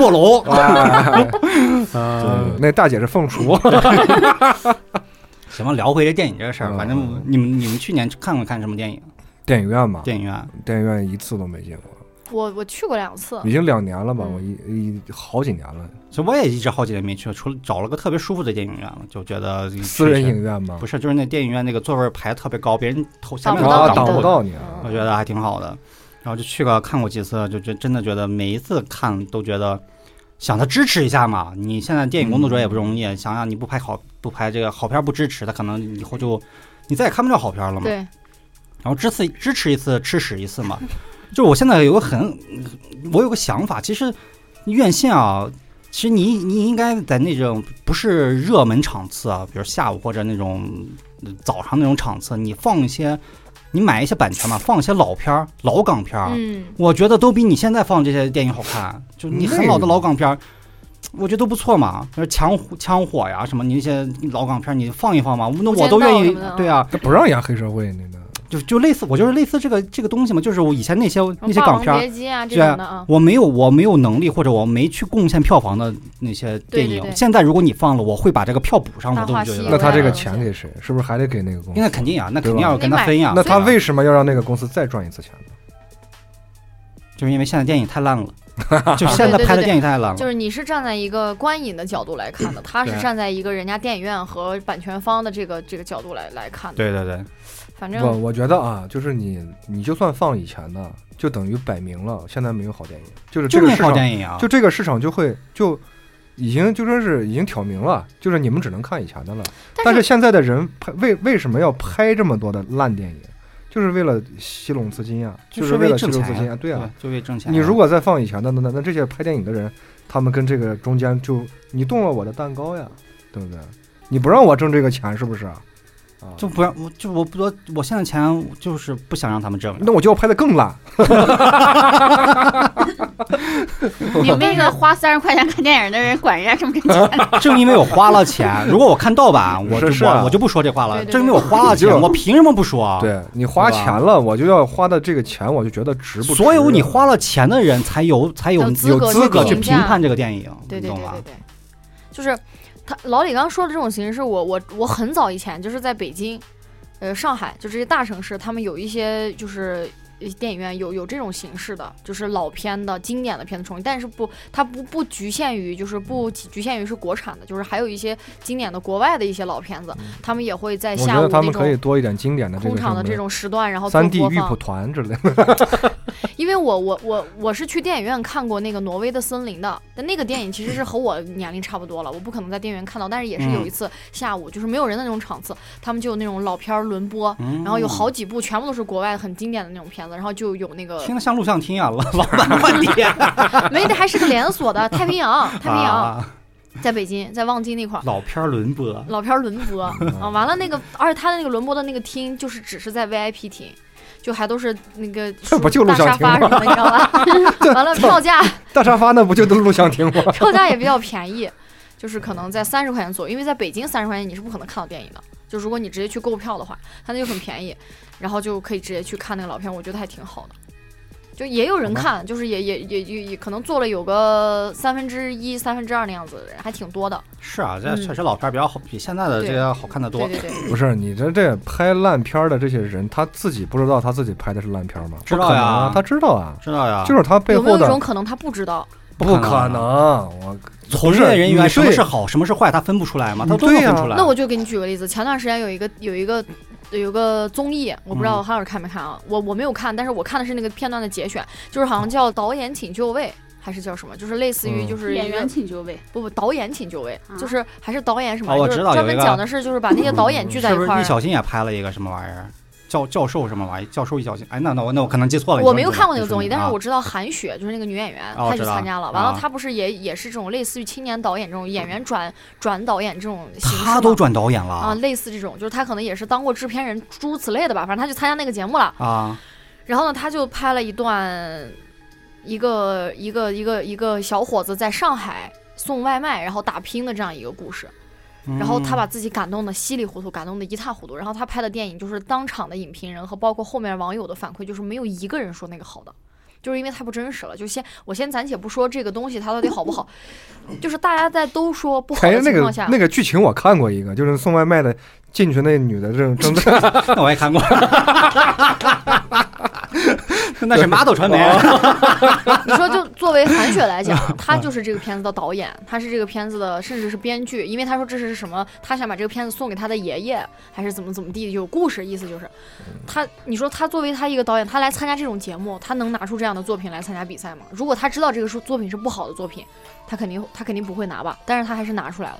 Speaker 1: 卧龙
Speaker 3: 哎
Speaker 1: 啊
Speaker 3: 对 (laughs) 那大姐是凤雏，
Speaker 1: (laughs) 行吧，聊回这电影这个事儿，
Speaker 3: 嗯
Speaker 1: 反正你们你们去年看过看什么电影？
Speaker 3: 电影院嘛，
Speaker 1: 电影院
Speaker 3: 电影院一次都没进过，
Speaker 2: (laughs) 我我去过两次，
Speaker 3: 已经两年了吧？
Speaker 2: 嗯
Speaker 3: 我一一好几年了，
Speaker 1: 其实我也一直好几年没去，除了找了个特别舒服的电影院了，就觉得
Speaker 3: 私人影院嘛
Speaker 1: 不，是，就是那电影院那个座位排特别高，别人头下
Speaker 2: 挡
Speaker 1: 面
Speaker 2: 不
Speaker 1: 都
Speaker 2: 到
Speaker 1: 挡
Speaker 3: 啊，
Speaker 1: 嗯
Speaker 3: 挡
Speaker 2: 挡
Speaker 3: 不
Speaker 2: 不
Speaker 3: 到你啊。
Speaker 1: 我觉得还挺好的。然后就去个看过几次，就觉真的觉得每一次看都觉得想他支持一下嘛。你现在电影工作者也不容易，想想你不拍好不拍这个好片儿不支持，他可能以后就你再也看不着好片儿了嘛。
Speaker 2: 对，
Speaker 1: 然后支持支持一次吃屎一次嘛。 (laughs) 就是我现在有个很，我有个想法，其实院线啊，其实你你应该在那种不是热门场次啊，比如下午或者那种呃早上那种场次，你放一些，你买一些版权嘛，放一些老片儿、老港片儿，啊
Speaker 2: 嗯，
Speaker 1: 我觉得都比你现在放这些电影好看。就你很老的老港片
Speaker 2: 嗯
Speaker 1: 儿，我觉得都不错嘛。就是枪火枪火呀什么，你那些老港片儿你放一放嘛，那我都愿
Speaker 2: 无
Speaker 1: 意
Speaker 2: 间道什么的。
Speaker 1: 对啊，
Speaker 3: 他不让演黑社会那个，
Speaker 1: 就就类似，我就是类似这个这个东西嘛，就是我以前那些那些
Speaker 2: 霸
Speaker 1: 港
Speaker 2: 王
Speaker 1: 片儿，
Speaker 2: 别姬》啊这
Speaker 1: 对啊
Speaker 2: 种的啊，
Speaker 1: 我没有我没有能力或者我没去贡献票房的那些电影，
Speaker 2: 对对对
Speaker 1: 现在如果你放了，我会把这个票补上，我
Speaker 2: 大
Speaker 1: 都
Speaker 2: 话
Speaker 1: 觉
Speaker 2: 西
Speaker 1: 得
Speaker 2: 游
Speaker 3: 那他这个
Speaker 2: 有
Speaker 3: 钱给谁？是不是还得给那个公
Speaker 1: 应该
Speaker 3: 司？
Speaker 1: 肯定啊呀，那肯定要跟他分呀。
Speaker 3: 那他
Speaker 1: 对啊
Speaker 3: 为什么要让那个公司再赚一次钱呢？
Speaker 1: 就是因为现在电影太烂了，
Speaker 3: (laughs)
Speaker 1: 就现在拍的电影太烂
Speaker 2: 就
Speaker 1: 了。
Speaker 2: 是你是站在一个观影的角度来
Speaker 1: (coughs)
Speaker 2: 看的，他是
Speaker 1: 对
Speaker 2: 站在一个人家电影院和版权方的这个这个角度来来看的。
Speaker 1: 对对对，
Speaker 2: 反
Speaker 3: 我
Speaker 2: 正
Speaker 3: 我觉得啊，就是你你就算放以前的，就等于摆明了现在没有好电影，就是这
Speaker 1: 就
Speaker 3: 个
Speaker 1: 那
Speaker 3: 市
Speaker 1: 好
Speaker 3: 场，
Speaker 1: 电影啊，
Speaker 3: 就这个市场就会就已经就说是已经挑明了，就是你们只能看以前的了。但
Speaker 2: 但
Speaker 3: 是现在的人拍为为什么要拍这么多的烂电影？就是为了吸拢资金啊，
Speaker 1: 就是为
Speaker 3: 了吸
Speaker 1: 挣
Speaker 3: 拢
Speaker 1: 钱
Speaker 3: 资金啊，对啊
Speaker 1: 对。，就为挣钱。
Speaker 3: 你如果再放以前的，那那那这些拍电影的人，他们跟这个中间就你动了我的蛋糕呀，对不对？你不让我挣这个钱是不是啊？啊
Speaker 1: 就不让我，就我不我我现在钱就是不想让他们挣了。
Speaker 3: 那我就要拍的更烂。
Speaker 4: 你们那个花三十块钱看电影的人，管人家挣不挣钱？
Speaker 1: 正因为我花了钱，如果我看盗版，我就是
Speaker 3: 是啊
Speaker 1: 我我就不说这话了。
Speaker 2: 对对对
Speaker 1: 正因为我花了钱
Speaker 3: 就，
Speaker 1: 我凭什么不说？，啊
Speaker 3: 对你花钱了，我就要花的这个钱，我就觉得值不啊值？
Speaker 1: 所有你花了钱的人才有才有
Speaker 2: 有资格
Speaker 1: 有资格去
Speaker 2: 去
Speaker 1: 评
Speaker 2: 评价
Speaker 1: 判这个电影，
Speaker 2: 对
Speaker 1: 你
Speaker 2: 对对
Speaker 1: 懂吧
Speaker 2: 对？对，就是他老李刚刚说的这种形式，我我我很早以前就是在北京，呃，上海就这些大城市，他们有一些就是。呃电影院有有这种形式的，就是老片的经典的片子重映，但是不，它不不局限于，就是不
Speaker 3: 嗯
Speaker 2: 局限于是国产的，就是还有一些经典的国外的一些老片子，他们也会在
Speaker 3: 嗯我
Speaker 2: 下
Speaker 3: 觉
Speaker 2: 午
Speaker 3: 得他
Speaker 2: 那
Speaker 3: 们可以
Speaker 2: 种
Speaker 3: 多一点经典的这
Speaker 2: 空
Speaker 3: 个
Speaker 2: 场的
Speaker 3: 什么
Speaker 2: 这种时段，然后做
Speaker 3: 三 D
Speaker 2: 播
Speaker 3: 玉
Speaker 2: 放
Speaker 3: 蒲。团之类的。
Speaker 2: 因为我我我我是去电影院看过那个《挪威的森林》的，但那个电影其实是和我年龄差不多了，我不可能在电影院看到，但是也是有一次下午就是没有人的那种场次，他们就有那种老片儿轮播，
Speaker 1: 嗯
Speaker 2: 然后有好几部全部都是国外很经典的那种片子，然后就有那
Speaker 3: (laughs)
Speaker 2: 个
Speaker 1: 听得像录像厅啊，老老板快点！
Speaker 2: 没的还是个连锁的太平洋，太平洋
Speaker 1: 啊，
Speaker 2: 在北京在望京那块儿。
Speaker 1: 老片儿轮播，
Speaker 2: 老片儿轮
Speaker 3: (laughs)
Speaker 2: 播啊，完了那个，而且他的那个轮播的那个厅，就是只是在 VIP 厅，就还都是那个
Speaker 3: 这不就录
Speaker 2: 大
Speaker 3: 像
Speaker 2: 沙
Speaker 3: 厅
Speaker 2: 发
Speaker 3: 吗
Speaker 2: 什么的，你知道
Speaker 3: (laughs)
Speaker 2: 吧？ (laughs) 完了票价
Speaker 3: 大沙发那不就都录像厅吗？
Speaker 2: (laughs) 票价也比
Speaker 3: (laughs)
Speaker 2: 较便宜，就是可能在三十块钱左右，因为在北京三十块钱你是不可能看到电影的。就如果你直接去购票的话，它那就很便宜，然后就可以直接去看那个老片，我觉得还挺好的。就也有人看，就是也也也也也可能做了有个三分之一、三分之二那样子的人，还挺多的。
Speaker 1: 是啊，这
Speaker 2: 嗯
Speaker 1: 确实老片儿比较好，比现在的这
Speaker 2: 对
Speaker 1: 些好看的多
Speaker 2: 对。对对，
Speaker 3: 不是你这这拍烂片儿的这些人，他自己不知道他自己拍的是烂片儿吗？
Speaker 1: 知道呀
Speaker 3: 不可能啊他知道啊，
Speaker 1: 知道呀，
Speaker 3: 就是他背
Speaker 2: 有没有
Speaker 3: 后
Speaker 2: 一种
Speaker 3: 的
Speaker 2: 可能他不知道？
Speaker 1: 不
Speaker 3: 不
Speaker 1: 可
Speaker 3: 可
Speaker 1: 能
Speaker 3: 能。啊我
Speaker 1: 从业人员
Speaker 3: 你
Speaker 1: 什么
Speaker 3: 对
Speaker 1: 是好，什么是坏，他分不出来吗？他
Speaker 3: 你
Speaker 1: 都能
Speaker 3: 对呀
Speaker 1: 分出来。
Speaker 2: 那我就给你举个例子，前段时间有一个有一个。有一个综艺，我不知道
Speaker 1: 嗯
Speaker 2: 韩老师看没看啊？我我没有看，但是我看的是那个片段的节选，就是好像叫导演请就位，还是叫什么？就是类似于 (laughs)
Speaker 3: 嗯
Speaker 2: 就是一
Speaker 4: 演
Speaker 2: 个
Speaker 4: 员请就位，
Speaker 2: 不不导演请就位，
Speaker 4: 啊
Speaker 2: 就是还是导演什么，
Speaker 1: 哦我
Speaker 2: 就是
Speaker 1: 知道
Speaker 2: 专
Speaker 1: 有一
Speaker 2: 门
Speaker 1: 个嗯
Speaker 2: 讲的是就是把那些导演聚在
Speaker 1: 是
Speaker 2: 一
Speaker 1: 不是
Speaker 2: 块儿
Speaker 1: 易。小星也拍了一个什么玩意儿？教教授什么玩意儿？教授易小星？哎，那那我那我可能记错了。
Speaker 2: 我没有看过那个综艺，但是我
Speaker 1: 我
Speaker 2: 知道韩雪就是那个女演员，
Speaker 1: 啊哦我
Speaker 2: 她去
Speaker 1: 知道
Speaker 2: 参加了。完了
Speaker 1: 啊，
Speaker 2: 她不是也也是这种类似于青年导演这种演员转转导演这种形式
Speaker 1: 啊他
Speaker 2: 吗
Speaker 1: 都转导演了
Speaker 2: 啊，类似这种，就是她可能也是当过制片人，诸如此类的吧。反正她去参加那个节目了。
Speaker 1: 啊！
Speaker 2: 然后呢，他就拍了一段，一个一个一个一个小伙子在上海送外卖，然后打拼的这样一个故事。
Speaker 1: 嗯
Speaker 2: 然后他把自己感动的稀里糊涂，感动的一塌糊涂。然后他拍的电影就是当场的影评人和包括后面网友的反馈，就是没有一个人说那个好的，就是因为太不真实了。就先我先暂且不说这个东西它到底好不好，就是大家在都说不好
Speaker 3: 哎
Speaker 2: 的
Speaker 3: 那
Speaker 2: 情
Speaker 3: 个
Speaker 2: 况下，
Speaker 3: 那个剧情我看过一个，就是送外卖的进去那女的正正在
Speaker 1: (laughs) 那我也看过，那是马斗传媒。
Speaker 2: 你说，就作为韩雪来讲，她就是这个片子的导演，她是这个片子的，甚至是编剧，因为她说这是什么，她想把这个片子送给她的爷爷，还是怎么怎么地，有故事，意思就是，她，你说她作为她一个导演，她来参加这种节目，她能拿出这样的作品来参加比赛吗？如果她知道这个是作品是不好的作品，她肯定她肯定不会拿吧，但是她还是拿出来了。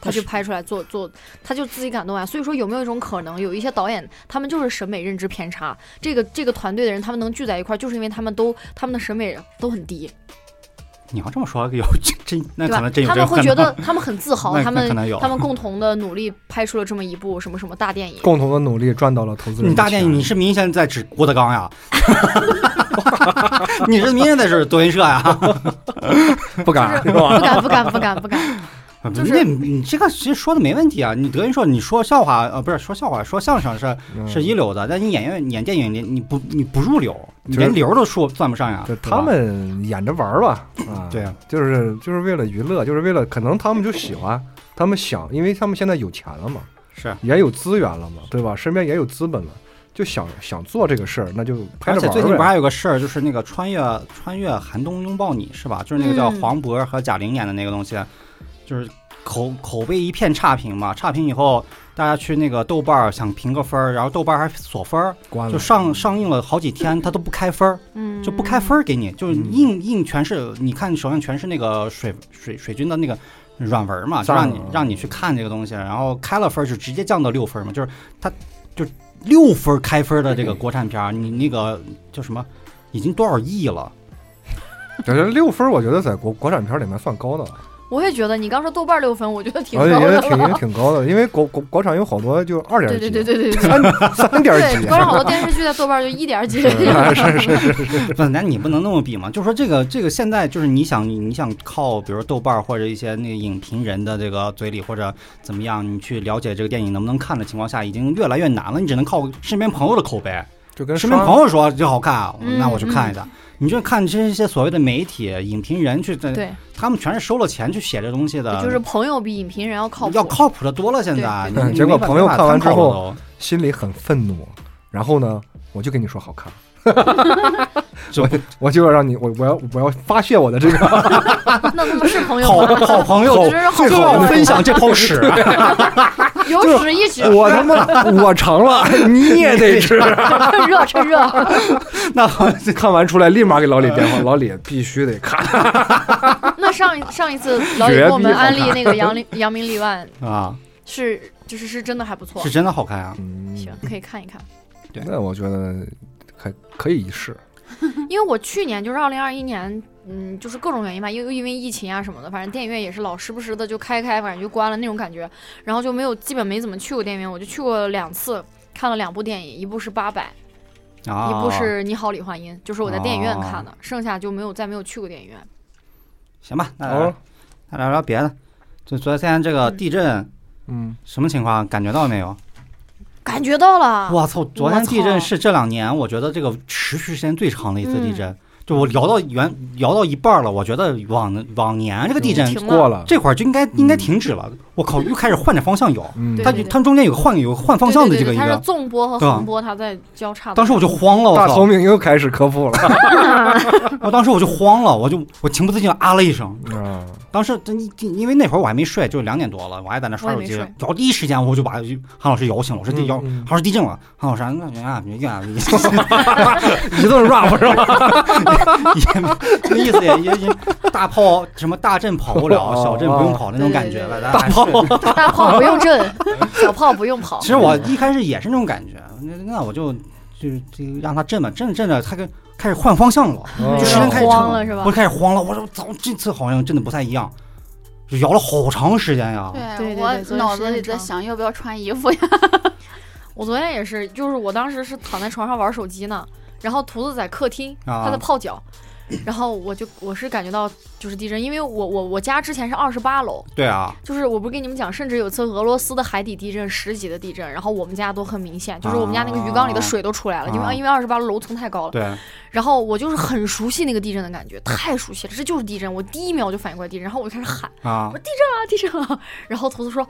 Speaker 2: 她就拍出来做做，她就自己感动啊。所以说，有没有一种可能，有一些导演他们就是审美认知偏差，这个这个团队的人他们能聚在一块儿，就是因为他们都他们的审美都很低，
Speaker 1: (laughs) 你要这么说，有真那
Speaker 2: 对
Speaker 1: 可
Speaker 2: 吧
Speaker 1: 能真？有
Speaker 2: 他
Speaker 1: 这个
Speaker 2: 们
Speaker 1: 可
Speaker 2: 会
Speaker 1: 能
Speaker 2: 觉得他们很自豪，
Speaker 1: 那
Speaker 2: 他
Speaker 1: 那可
Speaker 2: 们
Speaker 1: 能有
Speaker 2: 他。们共同的努力拍出了这么一部什么什么大电影。
Speaker 3: 共同的努力赚到了投资人的
Speaker 1: 嗯
Speaker 3: 钱。
Speaker 1: 你大电影，你是明显在指郭德纲
Speaker 2: (laughs)
Speaker 1: 呀？ (laughs) 你是明显在指德云社呀？啊
Speaker 2: 就是
Speaker 3: 不敢
Speaker 2: 不敢不敢不敢不敢，就是
Speaker 1: 嗯那你这个其实说的没问题啊。你德云社，你说笑话呃，不是说笑话，说相声是
Speaker 3: 嗯
Speaker 1: 是一流的，但你演员演电影，你你不你不入流，你
Speaker 3: 就是
Speaker 1: 连流都说算不上呀。
Speaker 3: 就是
Speaker 1: 对吧
Speaker 3: 啊他们演着玩
Speaker 1: (clears throat)
Speaker 3: 儿吧，啊，
Speaker 1: 对啊，
Speaker 3: 就是就是为了娱乐，就是为了可能他们就喜欢，他们想，因为他们现在有钱了嘛，
Speaker 1: 是，
Speaker 3: 也有资源了嘛，对吧？身边也有资本了，就想想做这个事儿，那就拍
Speaker 1: 而
Speaker 3: 着
Speaker 1: 且
Speaker 3: 玩
Speaker 1: 最近
Speaker 3: 儿
Speaker 1: 不
Speaker 3: 呗。
Speaker 1: 还有个事儿，就是那个穿越穿越寒冬拥抱你是吧？就是那个叫
Speaker 2: 嗯
Speaker 1: 黄渤和贾玲演的那个东西，就是口口碑一片差评嘛。差评以后，大家去那个豆瓣儿想评个分儿，然后豆瓣儿还锁分儿，
Speaker 3: 关
Speaker 1: 就上上映了好几天，它都不开分儿，
Speaker 2: 嗯，
Speaker 1: 就不开分。儿给你，就是硬硬全是，你看手上全是那个水水水军的那个。软文儿嘛，就
Speaker 3: 脏
Speaker 1: 让你
Speaker 3: 啊
Speaker 1: 让你去看这个东西，然后开了分儿就直接降到六分儿嘛，就是它就六分开分的这个国产片儿，你那个叫什么，已经多少亿了？
Speaker 3: 感觉六分，我觉得在国国产片里面算高的了，
Speaker 2: 我也觉得你刚说豆瓣六分，我觉得挺高
Speaker 3: 而且也
Speaker 2: 的
Speaker 3: 挺也
Speaker 2: 了。
Speaker 3: 挺高的，因为国国国产有好多就二点
Speaker 2: 对
Speaker 3: 几，
Speaker 2: 对对对对对。
Speaker 3: 三三点
Speaker 2: 对，
Speaker 3: 几，
Speaker 2: 关上好多电视剧在豆瓣就一点儿几，
Speaker 3: 是是是是是，
Speaker 1: 不，那你不能那么比嘛。就说这个这个现在就是你想你想靠，比如豆瓣儿或者一些那个影评人的这个嘴里或者怎么样，你去了解这个电影能不能看的情况下，已经越来越难了。你只能靠身边朋友的口碑，
Speaker 3: 就跟
Speaker 1: 身边
Speaker 3: 刷
Speaker 1: 朋友说这好看，啊
Speaker 2: 嗯
Speaker 1: 那我去看一下。你就看这些所谓的媒体、影评人去，这
Speaker 2: 对，
Speaker 1: 他们全是收了钱去写这东西
Speaker 3: 啊
Speaker 1: 的，
Speaker 2: 就是朋友比影评人要靠谱。
Speaker 1: 要靠谱的多了。现
Speaker 2: 对
Speaker 1: 在
Speaker 3: 对
Speaker 1: 你你
Speaker 3: 嗯结果
Speaker 1: 没法
Speaker 3: 朋友
Speaker 1: 没法
Speaker 3: 看完
Speaker 1: 参
Speaker 3: 之
Speaker 1: 考了
Speaker 3: 后
Speaker 1: 都，
Speaker 3: 心里很愤怒，然后呢，我就跟你说好 (laughs) 看，
Speaker 1: 就
Speaker 3: (laughs) 我就要让你我我要我要发泄我的这 (laughs) 个，
Speaker 2: 那他们是朋友
Speaker 1: 好
Speaker 2: 吗？
Speaker 1: 好朋友
Speaker 2: 我觉得是好
Speaker 1: 最
Speaker 2: 朋
Speaker 1: 好
Speaker 2: 友
Speaker 1: 分享这泡屎。
Speaker 4: 有屎一指，
Speaker 3: 我他妈我尝 (laughs) 了，你也得吃。
Speaker 2: 趁热
Speaker 3: (laughs)
Speaker 2: 趁热，
Speaker 1: 那好，
Speaker 3: 看完出来立马给老李电 (laughs) 话，老李必须得看。
Speaker 2: 那上一上一次老李
Speaker 3: 绝
Speaker 2: 给我
Speaker 3: 逼啊
Speaker 2: 们
Speaker 3: 好
Speaker 2: 安
Speaker 3: (laughs)
Speaker 2: 利
Speaker 3: 看
Speaker 2: 那个扬名扬名立万
Speaker 1: 啊，
Speaker 2: 是就是是真的还不错
Speaker 1: 是，真的好看啊！
Speaker 2: 行可以看一看。
Speaker 3: 嗯那我觉得还可以一试。
Speaker 2: 因为我去年就是二零二一年，嗯，就是各种原因吧，因为因为疫情啊什么的，反正电影院也是老时不时的就开开，反正就关了那种感觉，然后就没有基本没怎么去过电影院，我就去过两次。看了两部电影，一部是《八佰》，
Speaker 1: 啊，
Speaker 2: 一部是《你好，李焕英》，就是我在电影院看的，剩下就没有再没有去过电影院。
Speaker 1: 行吧，那
Speaker 3: 哦，
Speaker 1: 那聊聊别的。就昨天这个地震
Speaker 3: 嗯，
Speaker 1: 什么情况，感觉到没有？
Speaker 2: 感觉到了，
Speaker 1: 我操！昨
Speaker 2: 我
Speaker 1: 天
Speaker 2: 操
Speaker 1: 地震是这两年我觉得这个持续时间最长的一次地震。就我聊到原聊到一半了，我觉得往往年这个地震
Speaker 2: 停
Speaker 3: 过
Speaker 2: 了，
Speaker 3: 了，
Speaker 1: 这会儿就应该应该停止了。我靠，又开始换着方向游，
Speaker 3: 嗯
Speaker 2: 对
Speaker 1: 它就它中间有个换有个换方向的
Speaker 2: 对
Speaker 1: 这
Speaker 2: 对
Speaker 1: 个
Speaker 2: 对
Speaker 1: 一
Speaker 2: 它是
Speaker 1: 个，
Speaker 2: 纵波和
Speaker 1: 对啊
Speaker 2: 横波，它在交叉的。
Speaker 1: 当时我就慌了，我
Speaker 3: 大
Speaker 1: 操
Speaker 3: 聪！明又开始科普 (laughs) 了。
Speaker 1: 我当时我就慌了，我就我情不自禁地啊了一声，
Speaker 3: 啊，
Speaker 1: 当时真因为那会儿我还没睡，就两点多了，我还在那刷手机，
Speaker 2: 我也没
Speaker 1: 然后第一时间我就把韩老师摇醒了，我说地摇，
Speaker 3: 嗯嗯
Speaker 1: 韩老师地震了，韩老师那人啊，你啊， (laughs) 你
Speaker 3: 一顿 rap (laughs) 是吧？
Speaker 1: 也 (laughs) 这意思也也也大炮什么大震跑不了，小震不用跑那种感觉
Speaker 2: 哦
Speaker 1: 了，大炮。
Speaker 2: 大炮不用震，小炮不用跑
Speaker 1: 其。实我一开始也是那种感觉，那那我就就就让他震吧，震着震着他就开始换方向了，
Speaker 3: 嗯
Speaker 1: 哦就时间开始
Speaker 2: 慌
Speaker 1: 长
Speaker 2: 了是吧
Speaker 1: 我？就开始慌了，我说操，这次好像真的不太一样，就摇了好长时间呀。
Speaker 2: 哦
Speaker 1: 啊
Speaker 2: 对对对
Speaker 4: 啊我
Speaker 2: 昨天
Speaker 4: 脑
Speaker 2: 时
Speaker 4: 子
Speaker 2: 间
Speaker 4: 里在
Speaker 2: 长
Speaker 4: 想要不要穿衣服呀？
Speaker 2: 我昨天也是，就是我当时是躺在床上玩手机呢，然后图子在客厅，
Speaker 1: 啊
Speaker 2: 他在泡脚，然后我就我是感觉到就是地震，因为我我我家之前是二十八楼，
Speaker 1: 对啊，
Speaker 2: 就是我不是跟你们讲，甚至有次俄罗斯的海底地震十级的地震，然后我们家都很明显，就是我们家那个鱼缸里的水都出来了，因
Speaker 1: 啊
Speaker 2: 为因为二十八楼楼层太高了，
Speaker 1: 对，
Speaker 2: 然后我就是很熟悉那个地震的感觉，太熟悉了，这就是地震，我第一秒就反应过来地震，然 (laughs) 后我就开始喊。
Speaker 1: 啊，
Speaker 2: 啊地震了。 (laughs) 然后图图说。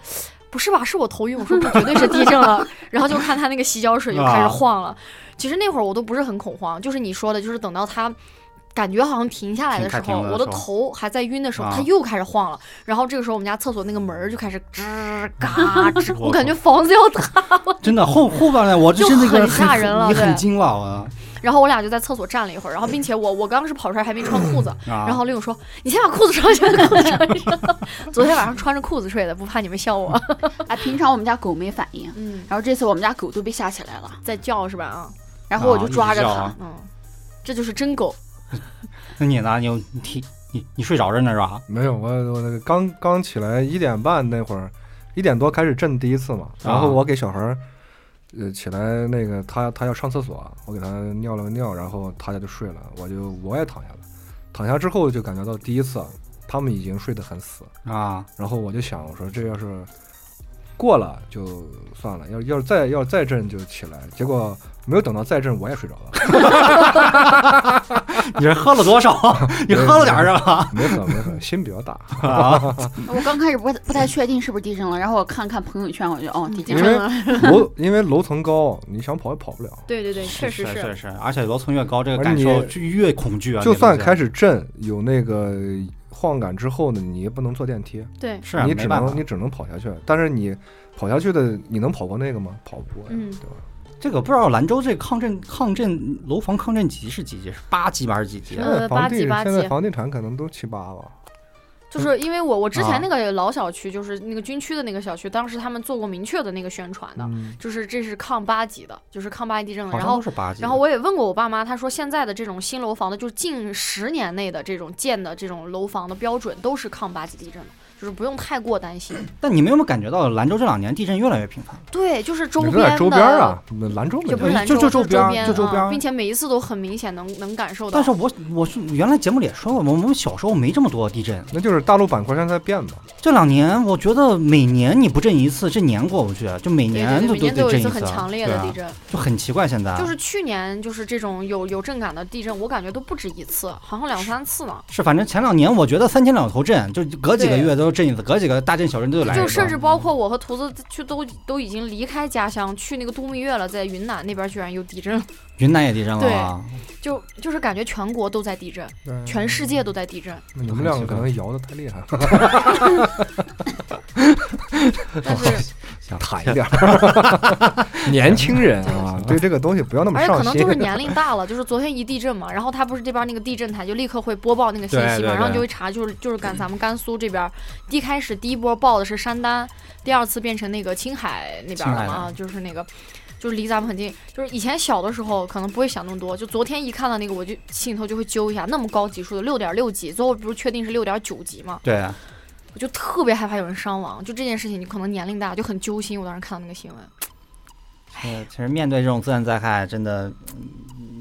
Speaker 2: 不是吧？是我头晕。我说不，绝对是地震了。然后就看他那个洗脚水就开
Speaker 1: 啊
Speaker 2: 始晃了。其实那会儿我都不是很恐慌，就是你说的，就是等到他感觉好像停下来的时
Speaker 1: 停开
Speaker 2: 候，
Speaker 1: 停了的
Speaker 2: 我
Speaker 1: 时
Speaker 2: 的
Speaker 1: 候
Speaker 2: 头还在晕的时候，
Speaker 1: 啊
Speaker 2: 他又开始晃了。然后这个时候我们家厕所那个门儿就开始吱
Speaker 1: (laughs)
Speaker 2: 嘎吱，我感觉房子要塌。
Speaker 1: 真的后后半段我这
Speaker 2: 就是
Speaker 1: 那个
Speaker 2: 很吓人了
Speaker 1: 你很
Speaker 2: 对
Speaker 1: 惊了我
Speaker 2: 然后我俩就在厕所站了一会儿，然后并且我我刚是跑出来还没穿裤子，
Speaker 1: 啊。
Speaker 2: 然后令说：“你先把裤子穿上，先把裤子穿上。 (laughs) 昨天晚上穿着裤子睡的，不怕你们笑我。
Speaker 4: 哎，平常我们家狗没反应”，
Speaker 2: 嗯，
Speaker 4: 然后这次我们家狗都被吓起来了，
Speaker 2: 在叫是吧？啊，
Speaker 4: 然后我
Speaker 1: 啊
Speaker 4: 就抓着
Speaker 1: 一直叫
Speaker 4: 它
Speaker 1: 啊。
Speaker 2: 嗯，这就是真狗。
Speaker 1: 那你呢？你有你提你你睡着着呢是吧？
Speaker 3: 没有，我我那个刚刚起来一点半那会儿，一点多开始震第一次嘛，然后我给小孩儿，呃，起来那个他他要上厕所，我给他尿了个尿，然后他家就睡了，我就我也躺下了，躺下之后就感觉到第一次他们已经睡得很死，
Speaker 1: 啊，
Speaker 3: 然后我就想我说这要是过了就算了，要 (laughs) 要是再要是再震就起来，结果没有等到再震我也睡着了，
Speaker 1: (laughs) 你是喝了多少？你喝了点儿是吧？
Speaker 3: 没喝没喝，心比较大，
Speaker 1: 啊，
Speaker 4: 我刚开始不不太确定是不是地震了，然后我看看朋友圈，我就哦地
Speaker 2: 嗯
Speaker 4: 震
Speaker 3: 因
Speaker 4: 了。
Speaker 3: 为楼因为楼层高，你想跑也跑不了。
Speaker 2: 对对对，确实
Speaker 1: 是
Speaker 2: 是。
Speaker 1: 是，而且楼层越高，这个
Speaker 3: 而
Speaker 1: 感
Speaker 3: 你
Speaker 1: 受就越恐惧啊。
Speaker 3: 就
Speaker 1: 那个
Speaker 3: 算
Speaker 1: 东西
Speaker 3: 开始震有那个晃感之后呢，你也不能坐电梯，
Speaker 2: 对，
Speaker 1: 是啊
Speaker 3: 你
Speaker 1: 没
Speaker 3: 只
Speaker 1: 办
Speaker 3: 能
Speaker 1: 法
Speaker 3: 你，只能跑下去。但是你跑下去的，你能跑过那个吗？跑不过呀，
Speaker 2: 嗯
Speaker 3: 对吧？
Speaker 1: 这个不知道兰州这抗震抗震楼房抗震级是几级？是八级吗还是几级啊
Speaker 2: 是？
Speaker 3: 现在
Speaker 2: 呃八
Speaker 3: 房
Speaker 2: 级
Speaker 3: 地
Speaker 2: 八
Speaker 3: 现在
Speaker 2: 级
Speaker 3: 房地产可能都七八了，
Speaker 2: 就是因为我我之
Speaker 3: 啊
Speaker 2: 前那个老小区，就是那个军区的那个小区，当时他们做过明确的那个宣传的，
Speaker 3: 嗯
Speaker 2: 就是这是抗八级的，就是抗八级症的。
Speaker 1: 好
Speaker 2: 然
Speaker 1: 像
Speaker 2: 后
Speaker 1: 都是八级的。
Speaker 2: 然后我也问过我爸妈，他说现在的这种新楼房的，就是近十年内的这种建的这种楼房的标准都是抗八级地震的，就是不用太过担心。
Speaker 1: 但你们有没有感觉到兰州这两年地震越来越频繁？
Speaker 2: 对，就是周
Speaker 3: 你
Speaker 2: 边
Speaker 3: 说在
Speaker 2: 的
Speaker 3: 周边儿啊，那兰州没
Speaker 2: 也
Speaker 3: 有
Speaker 2: 不是兰
Speaker 1: 就
Speaker 2: 州，
Speaker 1: 就
Speaker 2: 就
Speaker 1: 周边儿
Speaker 2: 边，
Speaker 1: 就周
Speaker 2: 啊
Speaker 1: 边儿
Speaker 2: 并且每一次都很明显能能感受到。
Speaker 1: 但是我我是原来节目里也说过，我们小时候没这么多地震。
Speaker 3: 那就是大陆板块现在在变嘛，
Speaker 1: 这两年我觉得每年你不震一次，这年过不去，啊就每
Speaker 2: 对
Speaker 1: 年
Speaker 2: 对对，
Speaker 1: 都
Speaker 2: 每
Speaker 1: 得
Speaker 2: 年都有
Speaker 1: 震
Speaker 2: 一
Speaker 1: 次，
Speaker 2: 次很强烈的地震，
Speaker 1: 对啊就很奇怪。现在
Speaker 2: 就是去年就是这种有有震感的地震，我感觉都不止一次，好像两三次呢。
Speaker 1: 是反正前两年我觉得三天两头震，就隔几个
Speaker 2: 对
Speaker 1: 月都震一次，隔几个大震小震都得来一
Speaker 2: 就
Speaker 1: 个。嗯
Speaker 2: 甚至包括我和图子去都都已经离开家乡去那个度蜜月了，在云南那边居然有地震，
Speaker 1: 云南也地震了啊，
Speaker 2: 就就是感觉全国都在地震，
Speaker 3: 嗯
Speaker 2: 全世界都在地震。
Speaker 3: 那你们两个可能摇的太厉害了，
Speaker 2: 但是
Speaker 3: (laughs) 想坦一点儿。年轻人啊， (laughs) 对这个东西不要那么
Speaker 2: 而且可
Speaker 3: 上
Speaker 2: 能
Speaker 3: 心
Speaker 2: 就。是年龄大了，就是昨天一地震嘛，然后他不是这边那个地震台就立刻会播报那个信
Speaker 1: 对
Speaker 2: 息
Speaker 1: 对
Speaker 2: 嘛，然后你
Speaker 1: 对
Speaker 2: 就会查，就是就是赶咱们甘肃这边，一开始第一波报的是山丹，第二次变成那个青海那边
Speaker 1: 青海
Speaker 2: 了
Speaker 1: 的
Speaker 2: 嘛，啊就是那个。就是离咱们很近，就是以前小的时候可能不会想那么多，就昨天一看到那个，我就心里头就会揪一下，那么高级数的六点六级，最后不是确定是六点九级嘛，
Speaker 1: 对，啊
Speaker 2: 我就特别害怕有人伤亡，就这件事情，你可能年龄大就很揪心。我当时看到那个新闻，
Speaker 1: 呃其实面对这种自然灾害，真的。嗯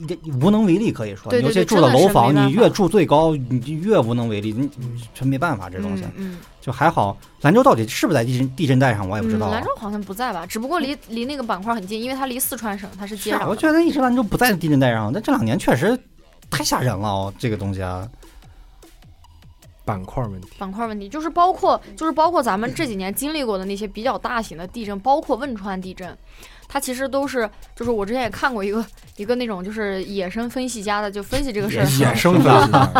Speaker 1: 一点无能为力可以说，
Speaker 2: 对对
Speaker 1: 尤其
Speaker 2: 对
Speaker 1: 住的
Speaker 2: 真的是
Speaker 1: 楼房，
Speaker 2: 没办法
Speaker 1: 你越住最高，你就越无能为力，你
Speaker 3: 嗯
Speaker 1: 真没办法，这东西
Speaker 2: 嗯。嗯
Speaker 1: 就还好。兰州到底是不是在地震地震带上，我也不知道
Speaker 2: 嗯。
Speaker 1: 啊。
Speaker 2: 兰州好像不在吧？只不过离离那个板块很近，因为它离四川省它是接
Speaker 1: 是啊，
Speaker 2: 壤
Speaker 1: 我
Speaker 2: 的。
Speaker 1: 觉得一直兰州不在地震带上，但这两年确实太吓人了、哦，这个东西
Speaker 2: (laughs)
Speaker 1: 啊。
Speaker 3: 板块问题，
Speaker 2: 板块问题就是包括就是包括咱们这几年经历过的那些比较大型的地震，包括汶川地震，它其实都是就是我之前也看过一个一个那种就是野生分析家的就分析这个事儿，
Speaker 3: 野生 (laughs) 的，啊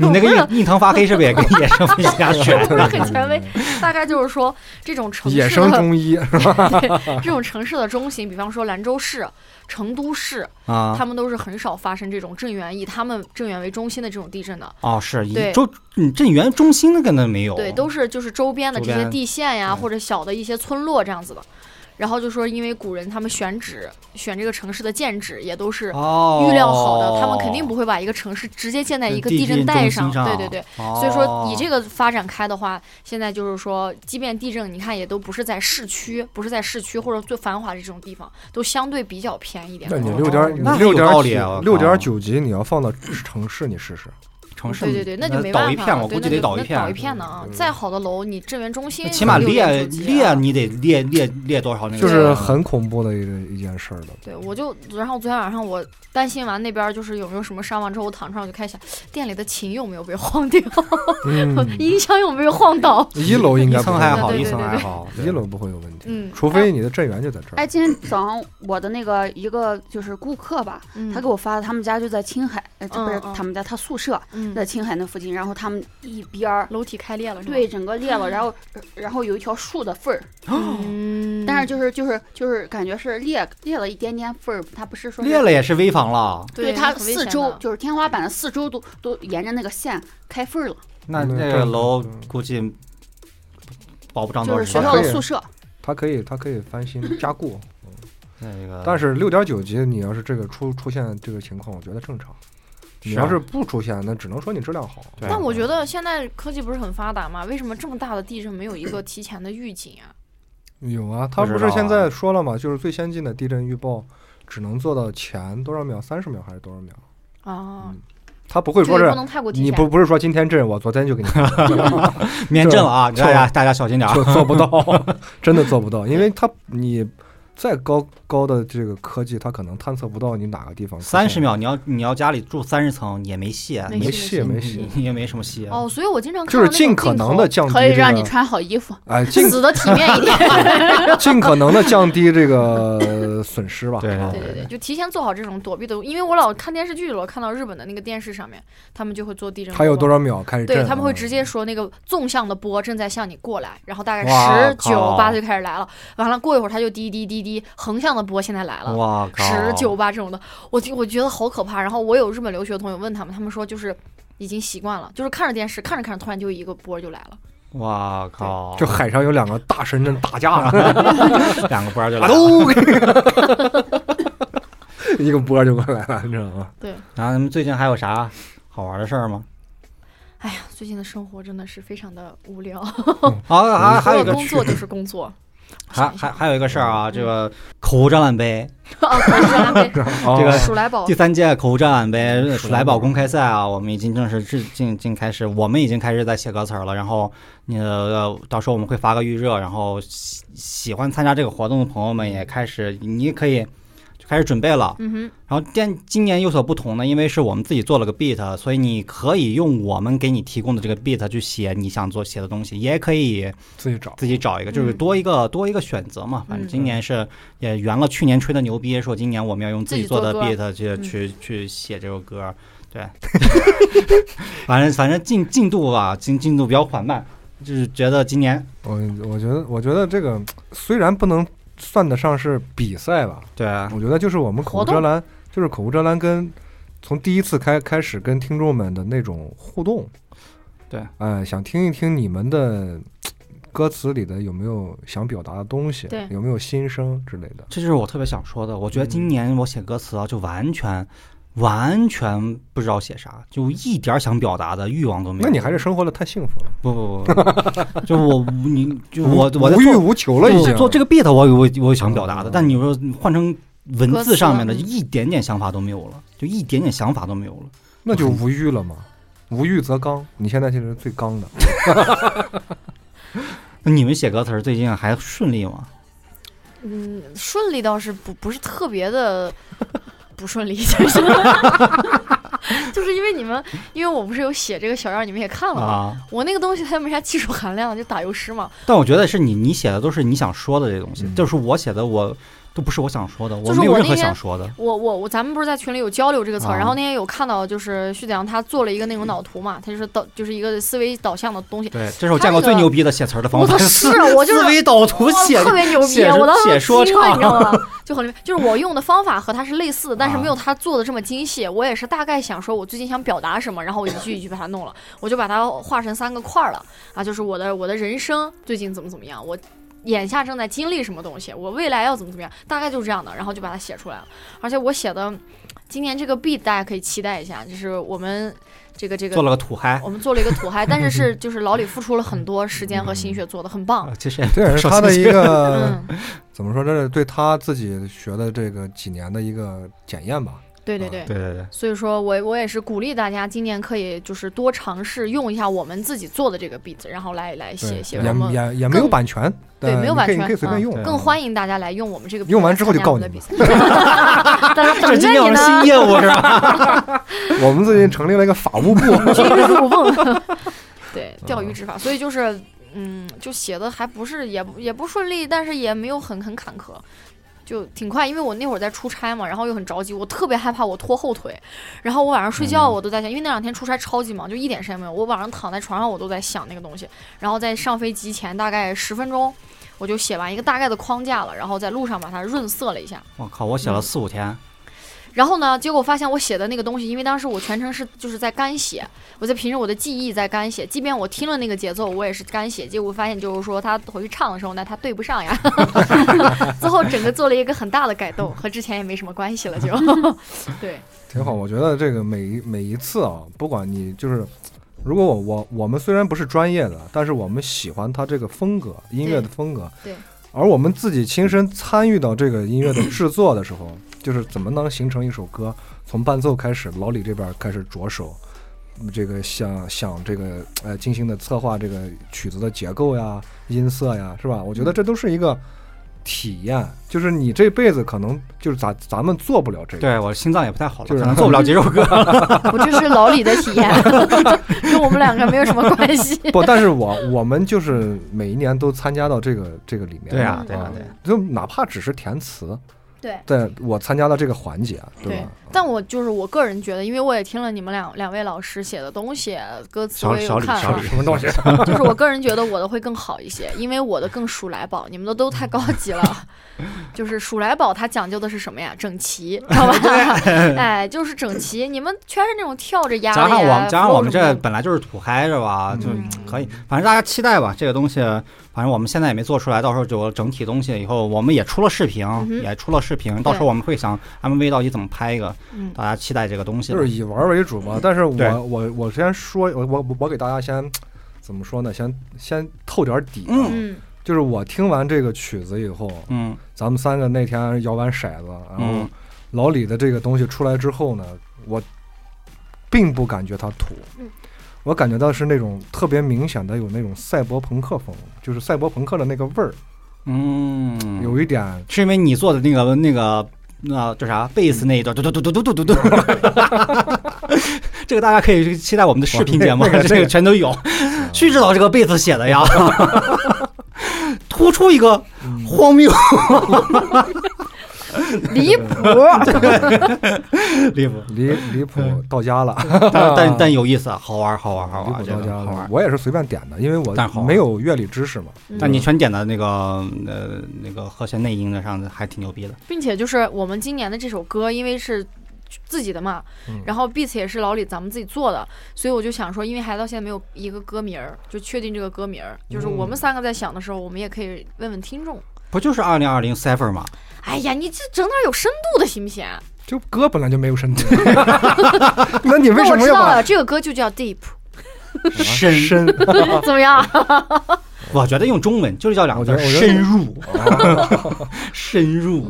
Speaker 1: 你那
Speaker 2: 我
Speaker 1: 个
Speaker 2: 问
Speaker 1: 印印堂发黑是不是也跟野生 (laughs) 飞
Speaker 2: (laughs)
Speaker 1: 家学的？
Speaker 2: 不是很权威，大概就是说这种城
Speaker 3: (laughs) 野
Speaker 2: 市
Speaker 3: 生
Speaker 2: 的
Speaker 3: 中医，
Speaker 2: 这种城市的中心，比方说兰州市、成都市，
Speaker 1: 啊？
Speaker 2: 他们都是很少发生这种震源以他们震源为中心的这种地震的。
Speaker 1: 哦，是以
Speaker 2: 对
Speaker 1: 周嗯震源中心那个呢没有，
Speaker 2: 对，都是就是周边的
Speaker 1: 周
Speaker 2: 这些
Speaker 1: 边
Speaker 2: 地县呀，
Speaker 1: 嗯
Speaker 2: 或者小的一些村落这样子的。然后就说，因为古人他们选址，选这个城市的建址也都是
Speaker 1: 哦
Speaker 2: 预料好的，他们肯定不会把一个城市直接建在一个地震带
Speaker 1: 上。
Speaker 2: 对对对。
Speaker 1: 哦，
Speaker 2: 所以说，以这个发展开的话，现在就是说，即便地震，你看也都不是在市区，不是在市区或者最繁华的这种地方，都相对比较偏一点。
Speaker 3: (laughs) 那你
Speaker 2: 哦
Speaker 3: 六点你
Speaker 1: 那很有
Speaker 3: 六点
Speaker 1: 道理啊
Speaker 3: 九
Speaker 1: 我靠
Speaker 3: 六点九级，你要放到城市，你试试。
Speaker 1: 城市
Speaker 2: 对对对，那就没办
Speaker 1: 倒
Speaker 2: 法
Speaker 1: 一片，
Speaker 2: 了
Speaker 1: 我
Speaker 2: 对
Speaker 1: 估计
Speaker 2: 那
Speaker 1: 得
Speaker 2: 就
Speaker 1: 倒一
Speaker 2: 那
Speaker 1: 片
Speaker 2: 倒一。片呢啊！
Speaker 3: 嗯
Speaker 2: 再好的楼，你震源中心
Speaker 1: 起码
Speaker 2: 有点
Speaker 1: 裂
Speaker 2: 九级
Speaker 1: 裂，
Speaker 2: 啊
Speaker 1: 你得裂裂裂多少那个？
Speaker 3: 就是很恐怖的一个一件
Speaker 2: (laughs)
Speaker 3: 事儿了。
Speaker 2: 对，我就然后昨天晚上我担心完那边儿就是有没有什么伤亡之后，我躺床上我就开始想，店里的琴有没有被晃掉， (laughs)
Speaker 3: 嗯，
Speaker 2: 音箱有没有晃倒，
Speaker 3: 一楼应
Speaker 1: 一
Speaker 3: 该不
Speaker 1: 层
Speaker 3: 会
Speaker 1: 还
Speaker 3: 有
Speaker 1: 好，
Speaker 2: 对
Speaker 1: 一
Speaker 2: 对
Speaker 1: 层
Speaker 2: 对
Speaker 1: 还
Speaker 2: 对
Speaker 1: 好，
Speaker 3: 一楼不会有问题，
Speaker 2: 嗯，
Speaker 3: 除非你的震源就在这儿。
Speaker 4: 哎，今天早上我的那个一个就是顾客吧，
Speaker 2: 嗯
Speaker 4: 他给我发的，他们家就在青海，呃，这不是
Speaker 2: 嗯嗯
Speaker 4: 他们家，他宿舍在
Speaker 2: 嗯，
Speaker 4: 青海那附近，然后他们一边儿
Speaker 2: 楼体开裂了，是吧
Speaker 4: 对，整个裂了，然后然后有一条竖的缝儿，
Speaker 2: 嗯，
Speaker 4: 但是就是就是就是感觉是裂裂了一点点缝儿，它不是说是
Speaker 1: 裂了也是危房了。
Speaker 4: 对
Speaker 2: 它
Speaker 4: 它
Speaker 2: 很危
Speaker 4: 四
Speaker 2: 险
Speaker 4: 周
Speaker 2: 的
Speaker 4: 就是天花板的四周都都沿着那个线开缝儿了，
Speaker 1: 那
Speaker 3: 嗯
Speaker 1: 那
Speaker 3: 这
Speaker 1: 个
Speaker 3: 样
Speaker 1: 楼
Speaker 3: 嗯
Speaker 1: 估计保不上多少
Speaker 4: 就是
Speaker 1: 时
Speaker 4: 学
Speaker 1: 间。
Speaker 4: 校的宿舍。
Speaker 3: 它可以，它可以翻
Speaker 2: (laughs)
Speaker 3: 新加固，
Speaker 1: 嗯那个，
Speaker 3: 但是六点九级，你要是这个出出现这个情况，我觉得正常。你
Speaker 1: 是啊
Speaker 3: 要是不出现，那只能说你质量好。
Speaker 1: 对
Speaker 2: 但我觉
Speaker 3: 嗯
Speaker 2: 得现在科技不是很发达嘛，为什么这么大的地震没有一个提前的预警啊？
Speaker 3: 有啊，它
Speaker 1: 不知
Speaker 3: 不是
Speaker 1: 道
Speaker 3: 现
Speaker 1: 啊
Speaker 3: 在说了嘛，就是最先进的地震预报只能做到前多少秒，三十秒还是多少秒？
Speaker 2: 啊，
Speaker 3: 它不会
Speaker 2: 这
Speaker 3: 嗯说
Speaker 2: 个不
Speaker 3: 是
Speaker 2: 能太过提
Speaker 3: 你
Speaker 2: 前，
Speaker 3: 不不是说今天震，我昨天就给你
Speaker 1: 免震了啊，
Speaker 3: 这
Speaker 1: 大家大家小心点儿。
Speaker 3: 做做
Speaker 1: (laughs)
Speaker 3: 不到，真的做不到，因为它你再高高的这个科技，它可能探测不到你哪个地方出现
Speaker 1: 三十秒，你要你要家里住三十层也没戏，
Speaker 2: 没
Speaker 3: 没
Speaker 1: 没
Speaker 3: 戏没戏，
Speaker 1: 你也没什么戏。
Speaker 2: 哦，所以我经常看
Speaker 3: 就
Speaker 2: 到
Speaker 3: 是
Speaker 2: 那
Speaker 3: 尽
Speaker 2: 种
Speaker 3: 可
Speaker 2: 镜
Speaker 3: 能
Speaker 2: 头
Speaker 3: 的降低
Speaker 4: 可以
Speaker 3: 这
Speaker 4: 让你
Speaker 3: 个
Speaker 4: 穿好衣服，
Speaker 3: 哎，尽
Speaker 2: 死的体面一
Speaker 3: (laughs)
Speaker 2: 点，
Speaker 3: 尽
Speaker 2: (laughs)
Speaker 3: 可能的降低这个损失吧。
Speaker 1: 对
Speaker 3: 啊
Speaker 2: 对对对，就提前做好这种躲避的，因为我老看电视剧了，看到日本的那个电视上面，他们就会做地震播报。
Speaker 3: 它有多少秒开始震？
Speaker 2: 对他们会
Speaker 3: 啊
Speaker 2: 直接说那个纵向的波正在向你过来，然后大概
Speaker 1: 哇
Speaker 2: 十九
Speaker 1: 靠
Speaker 2: 八就开始来了，完了过一会儿它就滴滴滴滴，横向的波现在来了，
Speaker 1: 哇靠！
Speaker 2: 十九八这种的，我就我觉得好可怕。然后我有日本留学的朋友问他们，他们说就是已经习惯了，就是看着电视看着看着，突然就一个波就来了。
Speaker 1: 哇靠！
Speaker 3: 就海上有两个大深圳打
Speaker 1: 啊 (laughs)
Speaker 3: 架呢，
Speaker 1: 两个波儿就来 (laughs)
Speaker 3: 打
Speaker 1: 了，
Speaker 3: 都给， (laughs) 一个波就过来了，你知道吗？
Speaker 1: 然后咱们最近还有啥好玩的事儿吗？
Speaker 2: 哎呀，最近的生活真的是非常的无聊，
Speaker 1: (laughs) 啊，还
Speaker 2: (laughs)
Speaker 1: 还有一个
Speaker 2: 工作就是工作，
Speaker 1: 还
Speaker 2: (laughs)
Speaker 1: 还还有一个事儿
Speaker 2: 嗯
Speaker 1: 啊，这个口湖展览杯，
Speaker 2: 啊，可是
Speaker 1: (laughs)
Speaker 2: 还没
Speaker 1: 这个
Speaker 2: 鼠来宝
Speaker 1: 第三届口湖展览杯鼠
Speaker 3: 鼠来
Speaker 1: 来
Speaker 3: 宝
Speaker 1: 宝公开赛啊，我们已经正式制进进开始，我们已经开始在写歌词儿了。然后你呃到时候我们会发个预热，然后喜喜欢参加这个活动的朋友们也开始，你也可以就开始准备了。
Speaker 2: 嗯哼，
Speaker 1: 然后今今年有所不同呢，因为是我们自己做了个 beat，所以你可以用我们给你提供的这个 beat 去写你想做写的东西，也可以
Speaker 3: 自己找，
Speaker 1: 自己找一个，就是
Speaker 2: 嗯
Speaker 1: 多一个、多一个选择嘛。反正今年是也圆了去年吹的牛逼，说今年我们要用自己做的
Speaker 2: 自己
Speaker 1: beat 去、
Speaker 2: 嗯
Speaker 1: 去去写这首歌。对， (laughs) 反正反正进进度吧，进进度比较缓慢，就是觉得今年
Speaker 3: 我我觉得我觉得这个虽然不能算得上是比赛吧，
Speaker 1: 对啊
Speaker 3: 我觉得就是我们口无
Speaker 2: 活动
Speaker 3: 遮拦，就是口无遮拦跟从第一次开开始跟听众们的那种互动，
Speaker 1: 对，
Speaker 3: 哎，想听一听你们的歌词里的有没有想表达的东西，
Speaker 2: 对
Speaker 3: 有没有心声之类的。
Speaker 1: 这就是我特别想说的。我觉得今
Speaker 3: 嗯
Speaker 1: 年我写歌词啊，就完全。完全不知道写啥，就一点儿想表达的欲望都没有。
Speaker 3: 那你还是生活的太幸福了，
Speaker 1: 不不不不，就我你就
Speaker 3: 无
Speaker 1: 我我在
Speaker 3: 无欲
Speaker 1: 做
Speaker 3: 无求了已经。
Speaker 1: 做这个 beat 我有我有我有想表达的，
Speaker 3: 嗯
Speaker 1: 但你说换成文
Speaker 2: 歌词
Speaker 1: 字上面的，
Speaker 2: 嗯
Speaker 1: 就一点点想法都没有了，就一点点想法都没有了。
Speaker 3: 那就无欲了嘛，无欲则刚。你现在其实是最刚的，
Speaker 1: (laughs) 那你们写歌词儿最近还顺利吗？
Speaker 2: 嗯，顺利倒是不不是特
Speaker 1: (laughs)
Speaker 2: 别的不顺利，就是。 (laughs) 就是因为你们，因为我不是有写这个小样，你们也看了嘛。
Speaker 1: 啊，
Speaker 2: 我那个东西它没啥技术含量，就打油诗嘛。
Speaker 1: 但我觉得是你你写的都是你想说的这东西，
Speaker 3: 嗯
Speaker 1: 就是我写的我都不是我想说的，我
Speaker 2: 就是
Speaker 1: 没有
Speaker 2: 我
Speaker 1: 任
Speaker 2: 那
Speaker 1: 何
Speaker 2: 天
Speaker 1: 想说的。
Speaker 2: 我我我，咱们不是在群里有交流这个词儿，
Speaker 1: 啊嗯
Speaker 2: 然后那天有看到，就是徐子阳他做了一个那种脑图嘛，他就是导就是一个思维导向的东西。
Speaker 1: 对，这是我
Speaker 2: 他
Speaker 1: 见过
Speaker 2: 那个
Speaker 1: 最牛逼的写词儿的方
Speaker 2: 我
Speaker 1: 法
Speaker 2: 操，，是啊我就是
Speaker 1: 思维导图
Speaker 2: 哇
Speaker 1: 写
Speaker 2: 特别牛逼，
Speaker 1: 写
Speaker 2: 啊我当时
Speaker 1: 写说
Speaker 2: 惊了，
Speaker 1: 唱
Speaker 2: 你知道
Speaker 1: (laughs)
Speaker 2: 吗？就很牛逼，就是我用的方法和他是类似的，但是
Speaker 1: 啊
Speaker 2: 没有他做的这么精细。我也是大概想说，我最近想表达什么，然后我一句一句把它弄了，我就把它画成三个块儿了啊，就是我的我的人生最近怎么怎么样，我。眼下正在经历什么东西，我未来要怎么怎么样，大概就是这样的，然后就把它写出来了。而且我写的，今年这个 B 大家可以期待一下，就是我们这个这
Speaker 1: 做
Speaker 2: 个
Speaker 1: 了个土嗨，
Speaker 2: 我们做了一个土嗨，但是是就是老李付出了很多时间和心血做的，很棒
Speaker 1: 啊。其实也
Speaker 3: 这也是他的一个
Speaker 2: 嗯，
Speaker 3: 怎么说？这是对他自己学的这个几年的一个检验吧。
Speaker 2: 对对对。
Speaker 1: 对对对，
Speaker 2: 所以说我我也是鼓励大家今年可以就是多尝试用一下我们自己做的这个 beat，然后来来写
Speaker 3: 对，
Speaker 2: 写
Speaker 3: 也
Speaker 2: 我们
Speaker 3: 也也没有
Speaker 2: 更
Speaker 3: 版权，
Speaker 2: 对
Speaker 3: 呃
Speaker 2: 没有
Speaker 3: 你
Speaker 2: 版
Speaker 3: 可以
Speaker 2: 权
Speaker 3: 你可以随
Speaker 2: 嗯
Speaker 3: 便用。啊
Speaker 1: 对
Speaker 2: 更欢迎大家来用我们这个 beat
Speaker 3: 用完之后就
Speaker 2: 来参加
Speaker 3: 告
Speaker 2: 我
Speaker 3: 你
Speaker 2: 们的比 (laughs)
Speaker 3: 们
Speaker 2: 赛，
Speaker 3: (laughs)
Speaker 2: 等等
Speaker 1: 这
Speaker 2: 着
Speaker 1: 是
Speaker 2: 你
Speaker 1: 我们
Speaker 2: 呢
Speaker 1: 新，业务是
Speaker 2: (laughs)
Speaker 1: 吧？
Speaker 3: 我们最近成立了一个法务部，
Speaker 2: 军入瓮，对钓鱼执法，所以就是嗯，就写的还不是也不也不顺利，但是也没有很很坎坷。就挺快，因为我那会儿在出差嘛，然后又很着急，我特别害怕我拖后腿，然后我晚上睡觉我都在想，因为那两天出差超级忙，就一点时间没有，我晚上躺在床上我都在想那个东西，然后在上飞机前大概十分钟，我就写完一个大概的框架了，然后在路上把它润色了一下，
Speaker 1: 我靠，我写了四五天，
Speaker 2: 然后呢，结果发现我写的那个东西，因为当时我全程是就是在干写，我在凭着我的记忆在干写，即便我听了那个节奏，我也是干写。结果发现就是说他回去唱的时候呢，他对不上呀， (laughs) 最后整个做了一个很大的改动，和之前也没什么关系了就。 (laughs) 对，
Speaker 3: 挺好。我觉得这个每一每一次啊，不管你就是，如果我我我们虽然不是专业的，但是我们喜欢他这个风格，音乐的风格。
Speaker 2: 对对
Speaker 3: 而我们自己亲身参与到这个音乐的制作的时候，就是怎么能形成一首歌？从伴奏开始，老李这边开始着手，嗯这个想想这个呃精心的策划这个曲子的结构呀、音色呀，是吧？我觉得这都是一个体验，就是你这辈子可能就是咱咱们做不了这个。
Speaker 1: 对我心脏也不太好了，
Speaker 3: 就是
Speaker 1: 可能做不了几首歌。
Speaker 2: (laughs) 我这是老李的体验， (laughs) 跟我们两个没有什么关系。
Speaker 3: (laughs) 不，但是我我们就是每一年都参加到这个这个里面，
Speaker 1: 对啊，
Speaker 2: 嗯
Speaker 1: 对啊，对啊。
Speaker 3: 就哪怕只是填词，
Speaker 4: 对，
Speaker 3: 在我参加到这个环节，吧？
Speaker 2: 但我就是我个人觉得，因为我也听了你们两两位老师写的东西，歌词
Speaker 1: 小
Speaker 2: 我也
Speaker 1: 小
Speaker 2: 有
Speaker 1: 李
Speaker 2: 看
Speaker 1: 小
Speaker 2: 啊
Speaker 1: 李，
Speaker 3: 什么东西？
Speaker 2: 就是我个人觉得我的会更好一些，因为我的更数来宝，你们的都太高级了。就是数来宝它讲究的是什么呀？整齐，知道吧？ (laughs) 哎，就是整齐。你们全是那种跳着压
Speaker 1: 加
Speaker 2: 的
Speaker 1: 上我
Speaker 2: 呀，
Speaker 1: 们加上我们
Speaker 2: 佛什
Speaker 1: 这
Speaker 2: 么的
Speaker 1: 本来就是土嗨是吧？就
Speaker 2: 嗯
Speaker 1: 可以，反正大家期待吧。这个东西，反正我们现在也没做出来，到时候就整体东西以后我们也出了视频，
Speaker 2: 嗯哼
Speaker 1: 也出了视频，到时候我们会想 MV 到底怎么拍一个，
Speaker 2: 嗯
Speaker 1: 大家期待这个东西
Speaker 3: (laughs) 就。是以玩为主嘛。但是
Speaker 1: 对
Speaker 3: 我我我先说，我我我给大家先怎么说呢？先先透点底、啊。
Speaker 1: 嗯
Speaker 2: 嗯
Speaker 3: 就是我听完这个曲子以后，
Speaker 1: 嗯
Speaker 3: 咱们三个那天摇完骰子，然后
Speaker 1: 嗯
Speaker 3: 老李的这个东西出来之后呢，我并不感觉它土
Speaker 2: 嗯，
Speaker 3: 我感觉到是那种特别明显的有那种赛博朋克风，就是赛博朋克的那个味儿，
Speaker 1: 嗯，
Speaker 3: 有一点
Speaker 1: 是因为你做的那个那个那叫啥贝
Speaker 3: 嗯
Speaker 1: 斯那一段，嘟嘟嘟嘟嘟嘟
Speaker 3: (laughs)
Speaker 1: 嘟嘟。这个大家可以期待我们的视频节目，
Speaker 3: 哇那那
Speaker 1: (laughs)
Speaker 3: 个啊
Speaker 1: 这个全都有。旭指导这个贝斯写的呀， (laughs) 突出一个
Speaker 3: 嗯
Speaker 1: 荒谬 (laughs)
Speaker 2: 离谱。
Speaker 1: 离谱， (laughs)
Speaker 3: 离离谱到家了，
Speaker 1: 但但但有意思，啊好玩好玩 (laughs) 好
Speaker 3: 啊离谱
Speaker 1: 玩，这
Speaker 3: 到
Speaker 1: 个
Speaker 3: 家
Speaker 1: 好
Speaker 3: 了
Speaker 1: 玩。。
Speaker 3: 我也是随便点的，因为
Speaker 1: 但好玩
Speaker 3: 我没有乐理知识嘛。
Speaker 2: 嗯
Speaker 1: 但你全点的那个呃那个和弦内音的上，还挺牛逼的。
Speaker 2: 并且就是我们今年的这首歌，因为是自己的嘛，
Speaker 3: 嗯
Speaker 2: 然后 beats 也是老李咱们自己做的，所以我就想说，因为还到现在没有一个歌名儿，就确定这个歌名儿，
Speaker 1: 嗯
Speaker 2: 就是我们三个在想的时候，我们也可以问问听众。
Speaker 1: 不就是二零二零 Cypher 吗？
Speaker 2: 哎呀，你这整点有深度的行不行？
Speaker 3: 就歌本来就没有深
Speaker 2: (laughs)
Speaker 3: 度， (laughs) 那你为
Speaker 2: 那
Speaker 3: 什
Speaker 2: 我
Speaker 3: 么
Speaker 2: 知
Speaker 3: 要
Speaker 2: 道
Speaker 3: 把
Speaker 2: 了，这个歌就叫 Deep，
Speaker 1: 深，
Speaker 3: 深？啊
Speaker 2: (laughs) 怎么样？
Speaker 1: 我觉得用中文就是叫两个字儿：
Speaker 3: 我觉得我觉得
Speaker 1: 深入，深入，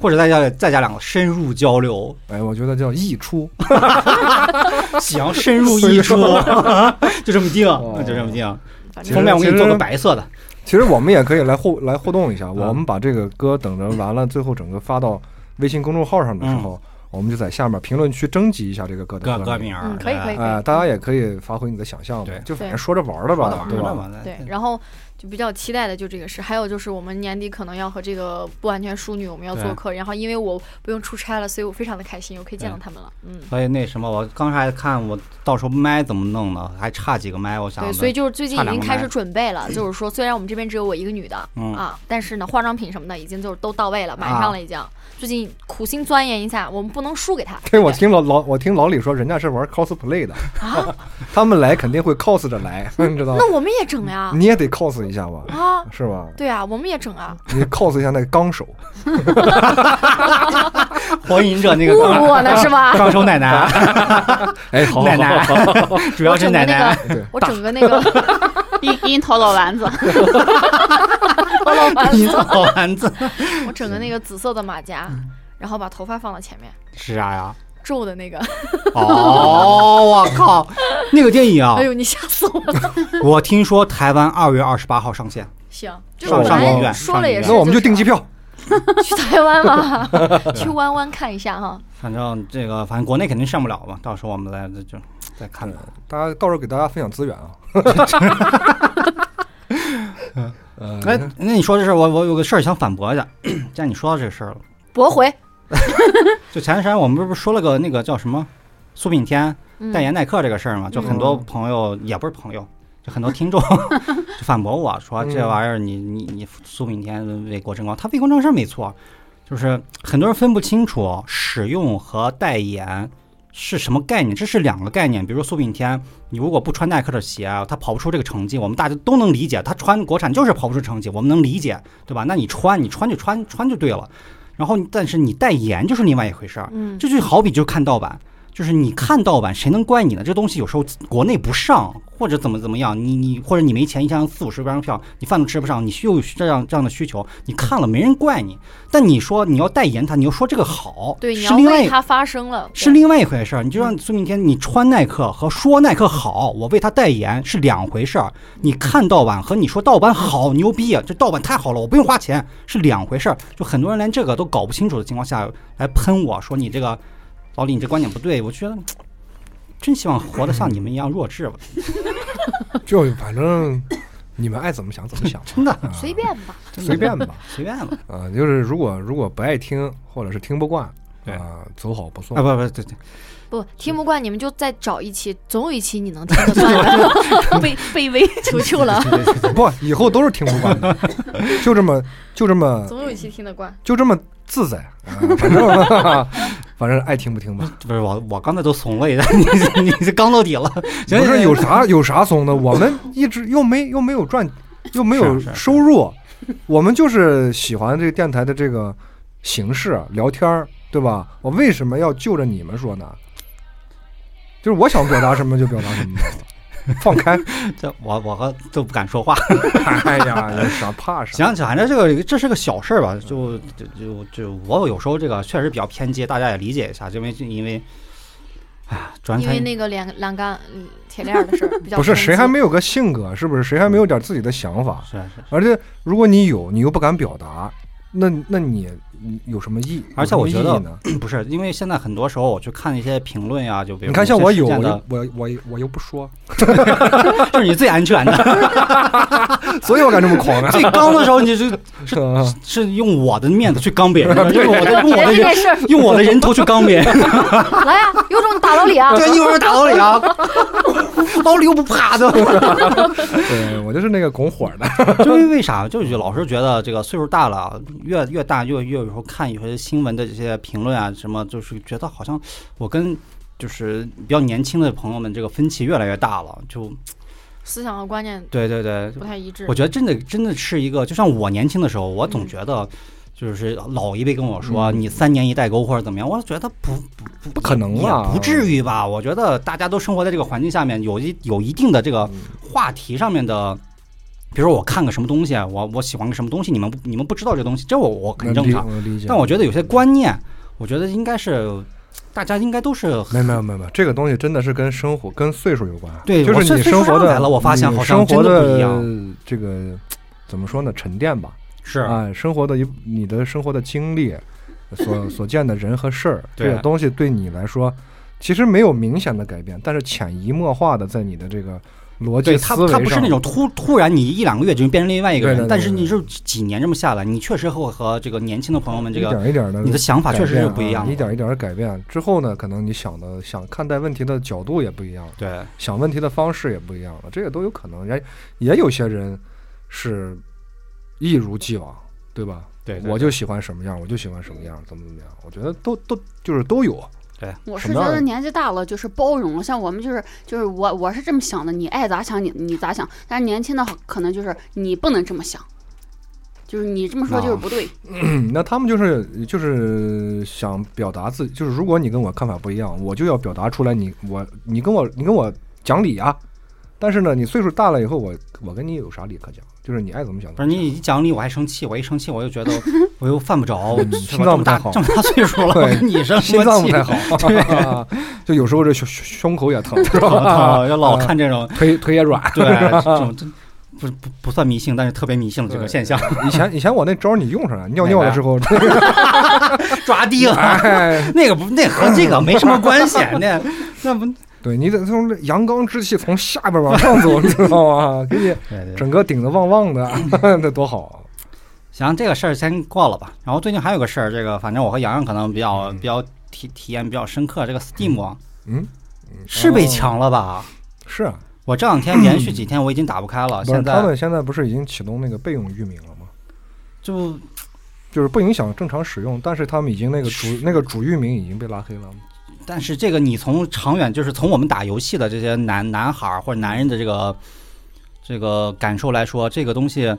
Speaker 1: 或者再加再加两个深入交
Speaker 2: (laughs)
Speaker 1: 流，
Speaker 3: (laughs) 哎，我觉得叫溢出。
Speaker 1: 行，深入一出， (laughs) 就这么定
Speaker 3: 哦，
Speaker 1: 就这么定。
Speaker 2: (laughs) 反
Speaker 3: 其
Speaker 2: 正
Speaker 1: 封
Speaker 3: 实
Speaker 1: 面我给你做个白色的，
Speaker 3: 其实我们也可以来互来互动一下，我们把这个歌等着完了，最后整个发到微信公众号上的时候，我们就在下面评论区征集一下这嗯个歌的
Speaker 1: 歌
Speaker 3: 歌
Speaker 1: 歌名。儿
Speaker 2: 嗯，可以可以
Speaker 3: 哎，大家也可以发挥你的想象嘛
Speaker 1: 对，
Speaker 3: 就
Speaker 2: 对
Speaker 3: 反正说着玩儿的
Speaker 1: 玩的
Speaker 3: 吧，
Speaker 1: 玩
Speaker 3: 对
Speaker 1: 的
Speaker 3: 吧？
Speaker 1: 嘛，
Speaker 2: 对，然后就比较期待的就这个事，还有就是我们年底可能要和这个不完全淑女我们要做
Speaker 1: 对
Speaker 2: 客，然后因为我不用出差了，所以我非常的开心，我可以见到他们了。嗯，
Speaker 1: 所以那什么，我刚才看我到时候麦怎么弄呢？还差几个麦，我想
Speaker 2: 对，
Speaker 1: 的。
Speaker 2: 所以就是最近
Speaker 1: 差
Speaker 2: 已
Speaker 1: 两
Speaker 2: 经
Speaker 1: 个
Speaker 2: 开
Speaker 1: 麦
Speaker 2: 始准备了，就是说虽然我们这边只有我一个女的、
Speaker 1: 嗯
Speaker 2: 啊，但是呢，化妆品什么的已经就是都到位了，买
Speaker 1: 啊
Speaker 2: 上了已经。最近苦心钻研一下，我们不能输给她。
Speaker 3: (laughs) 对，我听老老我听老李说，人家是玩 cosplay 的，
Speaker 2: 啊，
Speaker 3: (laughs)
Speaker 2: 嗯
Speaker 3: 他们来肯定会 cos 着来，你知道吗？
Speaker 2: 那我们也整呀
Speaker 3: 你也得 cos 一下吧，
Speaker 2: 啊，
Speaker 3: 是吧？
Speaker 2: 对啊，我们也整啊，
Speaker 3: 你 cos 一下那个纲手，
Speaker 1: 火影忍者那
Speaker 2: 侮
Speaker 1: 个啊
Speaker 2: 辱我呢
Speaker 1: (laughs)
Speaker 2: 是吧？
Speaker 1: 纲手奶奶，
Speaker 3: 哎，好
Speaker 1: 奶奶， (laughs) 主要
Speaker 2: 我
Speaker 1: 是
Speaker 2: 整个
Speaker 1: 奶
Speaker 2: 那
Speaker 1: 奶。
Speaker 2: 个，
Speaker 3: 对，
Speaker 2: 我整个
Speaker 1: (laughs)
Speaker 2: 那个，
Speaker 4: 一一头老丸子，
Speaker 1: 你好丸子
Speaker 2: (laughs) 我整个那个紫色的马甲，
Speaker 1: 嗯
Speaker 2: 然后把头发放到前面，
Speaker 1: 是啥呀？
Speaker 2: 皱的那个，
Speaker 1: (laughs) 哦，我靠，那个电影啊
Speaker 2: 哎，呦，你吓死我
Speaker 1: (laughs)
Speaker 2: 了！
Speaker 1: 我听说台湾二月二十八号上线，
Speaker 2: 行，就
Speaker 1: 上
Speaker 2: 本
Speaker 1: 上影
Speaker 2: 来
Speaker 1: 院
Speaker 2: 说了也是，
Speaker 3: 那我们就订机票，
Speaker 2: 去台
Speaker 1: (laughs)
Speaker 2: 湾嘛，去弯弯看一下哈。
Speaker 1: 反正这个反正国内肯定上不了嘛，到时候我们再就再看看。
Speaker 3: 大家到时候给大家分享资源啊。嗯
Speaker 1: 哎，那你说这事儿，我我有个事儿想反驳一下。 (coughs) 既然你说到这个事儿了，
Speaker 2: 驳回，
Speaker 1: 就前段时间我们不是说了个那个叫什么苏炳添
Speaker 2: 嗯
Speaker 1: 代言耐克这个事儿嘛？就很多朋友也不是朋友，就很多听众就反驳我说
Speaker 3: 嗯
Speaker 1: 这玩意儿你你你苏炳添为国争光，他为国争光是没错，就是很多人分不清楚使用和代言。是什么概念？这是两个概念。比如说苏炳添，你如果不穿耐克的鞋，啊他跑不出这个成绩，我们大家都能理解。他穿国产就是跑不出成绩，我们能理解，对吧？那你穿，你穿就穿，穿就对了。然后，但是你代言就是另外一回事儿。
Speaker 2: 嗯，
Speaker 1: 这就好比就看盗版，就是你看盗版，谁能怪你呢？这东西有时候国内不上，或者怎么怎么样，你你或者你没钱，一张四五十张票，你饭都吃不上，你又有这样这样的需求，你看了没人怪你。但你说你要代言它，你要说这个好，
Speaker 2: 对，你
Speaker 1: 是
Speaker 2: 要
Speaker 1: 另外
Speaker 2: 为
Speaker 1: 一
Speaker 2: 他发声了，
Speaker 1: 是另外一回事儿。你就像孙明天，你穿耐克和说耐克好，我为他代言是两回事儿。你看盗版和你说盗版好牛逼，啊这盗版太好了，我不用花钱是两回事儿。就很多人连这个都搞不清楚的情况下来喷我说你这个老李，你这观点不对，我觉得。真希望活得像你们一样弱智吧，
Speaker 3: 就反正你们爱怎么想怎么想吧，
Speaker 1: 真的
Speaker 3: 啊
Speaker 2: 随便吧。
Speaker 1: 真的
Speaker 3: (laughs) 随便吧。
Speaker 1: (laughs)
Speaker 3: 啊
Speaker 1: 随便吧。
Speaker 3: 啊，就是如果如果不爱听，或者是听不惯，
Speaker 5: 对
Speaker 3: 啊，走好不送
Speaker 1: 啊，不不，对对，
Speaker 2: 不听不惯你们就再找一期，总有一期你能听得惯的， (laughs)
Speaker 4: 卑卑微，
Speaker 2: 求
Speaker 1: (laughs)
Speaker 2: 求了，
Speaker 1: 对对对
Speaker 3: (laughs) 不，以后都是听不惯 (laughs) 的，就这么就这么
Speaker 2: 总有一期听得惯。
Speaker 3: 就这么自在，啊、反 (laughs) 正反正爱听不听吧。
Speaker 1: 不是我，我刚才都怂了， (laughs) 你你这刚到底了， (laughs) 行
Speaker 3: 不是
Speaker 1: 行
Speaker 3: 有啥有啥怂的，我们一直又没又没有 (laughs) 赚，又没有
Speaker 1: 是啊是啊
Speaker 3: 收入，我们就是喜欢这个电台的这个形式聊天儿，对吧？我为什么要就着你们说呢？就是我想表达什么就表达什么嘛放开。
Speaker 1: 这我我和都不敢说话。
Speaker 3: 哎呀，有啥怕啥？
Speaker 1: 行，反正这个这是个小事儿吧，就就就就我有时候这个确实比较偏激，大家也理解一下，因为因为，啊，转
Speaker 2: 因为
Speaker 1: 天
Speaker 2: 那个栏栏杆嗯铁链儿的事儿比较
Speaker 3: 不是
Speaker 2: 偏
Speaker 3: 谁
Speaker 2: 激
Speaker 3: 还
Speaker 2: (laughs)
Speaker 3: 没有个性格，是不是？谁还没有点自己的想法？
Speaker 1: 是是，
Speaker 3: 而且如果你有，你又不敢表达，那那你你有什么意？
Speaker 1: 而且我觉得哎
Speaker 3: 有什么意义呢，
Speaker 1: 不是 (coughs) 因为现在很多时候我去看一些评论呀、就比如
Speaker 3: 你看像
Speaker 1: 一些
Speaker 3: 我
Speaker 1: 事
Speaker 3: 有，
Speaker 1: 件
Speaker 3: 我
Speaker 1: 的
Speaker 3: 又，我我我又不说， (laughs)
Speaker 1: 这是你最安全的， (laughs)
Speaker 3: 所以我敢这么狂啊！
Speaker 1: 最刚的时候你就是
Speaker 3: (laughs) 是吧
Speaker 1: 是用我的面子去刚别人
Speaker 3: (laughs)
Speaker 1: 的，用我的用我的
Speaker 4: 别这
Speaker 1: 人
Speaker 4: 件事儿
Speaker 1: 用我的人 (laughs) 头去刚别人，
Speaker 5: (laughs)
Speaker 2: 来呀，有种打老李
Speaker 1: (laughs)
Speaker 2: 啊！
Speaker 1: 对，一会儿打老李啊，老李又不怕的。
Speaker 3: 对我就是那个拱火的，
Speaker 1: 就因为啥？就是老是觉得这个岁数大了，越越大越越有时候看有些新闻的这些评论啊，什么就是觉得好像我跟就是比较年轻的朋友们这个分歧越来越大了。就
Speaker 2: 思想和观念
Speaker 1: 对对对，
Speaker 2: 不太一致
Speaker 1: 我。觉得真的真的是一个，就像我年轻的时候，我总
Speaker 2: 嗯
Speaker 1: 觉得。就是老一辈跟我说、
Speaker 3: 嗯
Speaker 1: 你三年一代沟或者怎么样，我觉得不不不
Speaker 3: 不可能
Speaker 1: 也
Speaker 3: 啊
Speaker 1: 不至于吧？我觉得大家都生活在这个环境下面，有一有一定的这个
Speaker 3: 嗯
Speaker 1: 话题上面的，比如说我看个什么东西，啊我我喜欢个什么东西，你们不你们不知道这东西，这我我很正常。
Speaker 3: 能理，理解。
Speaker 1: 但我觉得有些观念，我觉得应该是大家应该都是
Speaker 3: 没有没有没有没有，这个东西真的是跟生活跟岁数有关，啊
Speaker 1: 对
Speaker 3: 就
Speaker 1: 我
Speaker 3: 是
Speaker 1: 岁
Speaker 3: 你
Speaker 1: 岁
Speaker 3: 生
Speaker 1: 数
Speaker 3: 活
Speaker 1: 上
Speaker 3: 的
Speaker 1: 来了我发现
Speaker 3: 你
Speaker 1: 好像
Speaker 3: 生活
Speaker 1: 真的不一
Speaker 3: 的
Speaker 1: 样
Speaker 3: 这个怎么说呢？沉淀吧，
Speaker 1: 是
Speaker 3: 啊，生活的一你的生活的经历，
Speaker 1: (laughs)
Speaker 3: 所所见的人和事儿，
Speaker 1: 对
Speaker 3: 这些东西对你来说，其实没有明显的改变，但是潜移默化的在你的这个逻
Speaker 1: 对
Speaker 3: 辑
Speaker 1: 他
Speaker 3: 思维，上，
Speaker 1: 他不是那种突突然你一两个月就变成另外一个
Speaker 3: 对
Speaker 1: 人，
Speaker 3: 对对
Speaker 1: 但是
Speaker 3: 对
Speaker 1: 你是几年这么下来，你确实和我和这个年轻的朋友们这
Speaker 3: 一
Speaker 1: 个
Speaker 3: 点一点的
Speaker 1: 你的想法
Speaker 3: 改
Speaker 1: 确实
Speaker 3: 变
Speaker 1: 是
Speaker 3: 啊
Speaker 1: 不一样的，
Speaker 3: 一点一点的改变之后呢，可能你想的想看待问题的角度也不一样了，
Speaker 1: 对
Speaker 3: 想问题的方式也不一样了，这个都有可能。也也有些人是一如既往，对吧？
Speaker 1: 对，
Speaker 3: 我就喜欢什么样，我就喜欢什么样，怎么怎么样？我觉得都都就是都有，啊
Speaker 4: 我
Speaker 3: 什么
Speaker 4: 是觉
Speaker 3: 样
Speaker 4: 得
Speaker 3: 的
Speaker 4: 年纪大了就是包容了，像我们就是就是我我是这么想的，你爱咋想你你咋想，但是年轻的可能就是你不能这么想，就是你这么说就是不对。
Speaker 3: 嗯，那他们就是就是想表达自己，就是如果你跟我看法不一样，我就要表达出来你，我你跟我你跟我讲理啊。但是呢，你岁数大了以后，我我跟你有啥理可讲？就是你爱怎么想
Speaker 1: 不是
Speaker 3: 怎么
Speaker 1: 你
Speaker 3: 想。
Speaker 1: 一讲理我还生气，我一生气我就
Speaker 3: (laughs)
Speaker 1: 觉得我又犯不着，我
Speaker 3: 嗯
Speaker 1: 是
Speaker 3: 心
Speaker 1: 吧
Speaker 3: 脏
Speaker 1: 这
Speaker 3: 不
Speaker 1: 么
Speaker 3: 太
Speaker 1: 大
Speaker 3: 好
Speaker 1: 这么大岁数了，我
Speaker 3: 对
Speaker 1: 跟你生什
Speaker 3: 心
Speaker 1: 么
Speaker 3: 脏不
Speaker 1: 气 (laughs)
Speaker 3: 太好，就有时候这胸胸胸口也疼，是吧？ (laughs) 嗯
Speaker 1: 啊，要老看这种，
Speaker 3: 腿腿也 (laughs) 软。
Speaker 1: 对，这种这不不不算迷信，但是特别迷信的这个现
Speaker 3: (laughs)
Speaker 1: 象，
Speaker 3: 以前以前我那招你用上了，尿尿了
Speaker 1: (laughs)
Speaker 3: 之后，
Speaker 1: 抓地了。
Speaker 3: 哎，
Speaker 1: (laughs) 那个不，那和这个没什么关
Speaker 3: (laughs)
Speaker 1: 系，那那不，
Speaker 3: 对你得从这阳刚之气从下边往上走，你知道吗？给你整个顶的旺旺的， (laughs) 那多好。啊
Speaker 1: 行，这个事儿先过了吧。然后最近还有个事儿，这个反正我和洋洋可能比较
Speaker 3: 嗯
Speaker 1: 比较体体验比较深刻，这个 Steam 啊
Speaker 3: 嗯，
Speaker 1: 是被
Speaker 3: 哦
Speaker 1: 抢了吧？
Speaker 3: 是啊，
Speaker 1: 我这两天连续几天我已经打不开了，
Speaker 3: 不是
Speaker 1: 现
Speaker 3: 他
Speaker 1: 在
Speaker 3: 们啊现在不是已经启动那个备用域名了吗？
Speaker 1: 就
Speaker 3: 就是不影响正常使用，但是他们已经那个主那个主域名已经被拉黑了。
Speaker 1: 但是这个你从长远，就是从我们打游戏的这些男男孩儿或者男人的这个这个感受来说，这个东西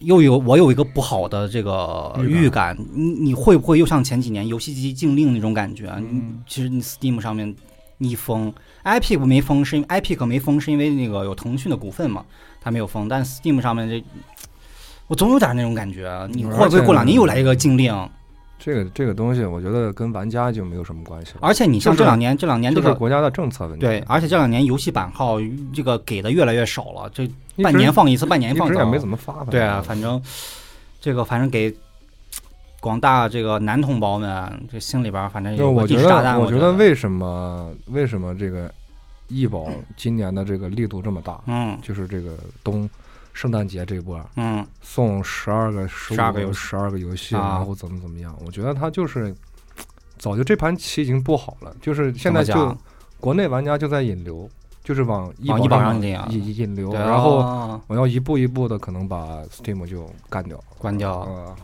Speaker 1: 又有我有一个不好的这个预
Speaker 3: 预
Speaker 1: 感，你你会不会又像前几年游戏机禁令那种感觉？
Speaker 3: 嗯
Speaker 1: 你其实你 Steam 上面一封，Epic 没封，是因为 Epic 没封是因为那个有腾讯的股份嘛，它没有封，但 Steam 上面这。我总有点那种感觉，啊你会不会过两年又来一个禁令？
Speaker 3: 这个这个东西，我觉得跟玩家就没有什么关系了，
Speaker 1: 而且你像
Speaker 3: 就是
Speaker 1: 这两年，这两年这
Speaker 3: 就
Speaker 1: 个
Speaker 3: 是国家的政策问题。
Speaker 1: 对，而且这两年游戏版号这个给的越来越少了，这
Speaker 3: 一直
Speaker 1: 半年放一次，半年放一
Speaker 3: 一直
Speaker 1: 次
Speaker 3: 也。没怎么发。
Speaker 1: 对啊，反正这个反正给广大这个男同胞们，这心里边儿反正
Speaker 3: 就
Speaker 1: 有
Speaker 3: 我
Speaker 1: 个
Speaker 3: 觉
Speaker 1: 定时炸弹。
Speaker 3: 得，
Speaker 1: 我
Speaker 3: 觉
Speaker 1: 得
Speaker 3: 得为什么为什么这个易宝今年的这个力度这么大，
Speaker 1: 嗯
Speaker 3: 就是这个冬圣诞节这波
Speaker 1: 嗯
Speaker 3: 送十二个、十
Speaker 1: 12个游戏
Speaker 3: 十二个游戏，
Speaker 1: 啊
Speaker 3: 然后怎么怎么样？我觉得它就是早就这盘棋已经布好了，就是现在
Speaker 1: 怎么
Speaker 3: 就
Speaker 1: 讲
Speaker 3: 国内玩家就在引流，就是往一
Speaker 1: 往
Speaker 3: 保
Speaker 1: 一保
Speaker 3: 上
Speaker 1: 上引啊
Speaker 3: 引引流，
Speaker 1: 对
Speaker 3: 然后
Speaker 1: 啊
Speaker 3: 我要一步一步的可能把 Steam 就干掉。
Speaker 1: 关掉。
Speaker 3: 啊，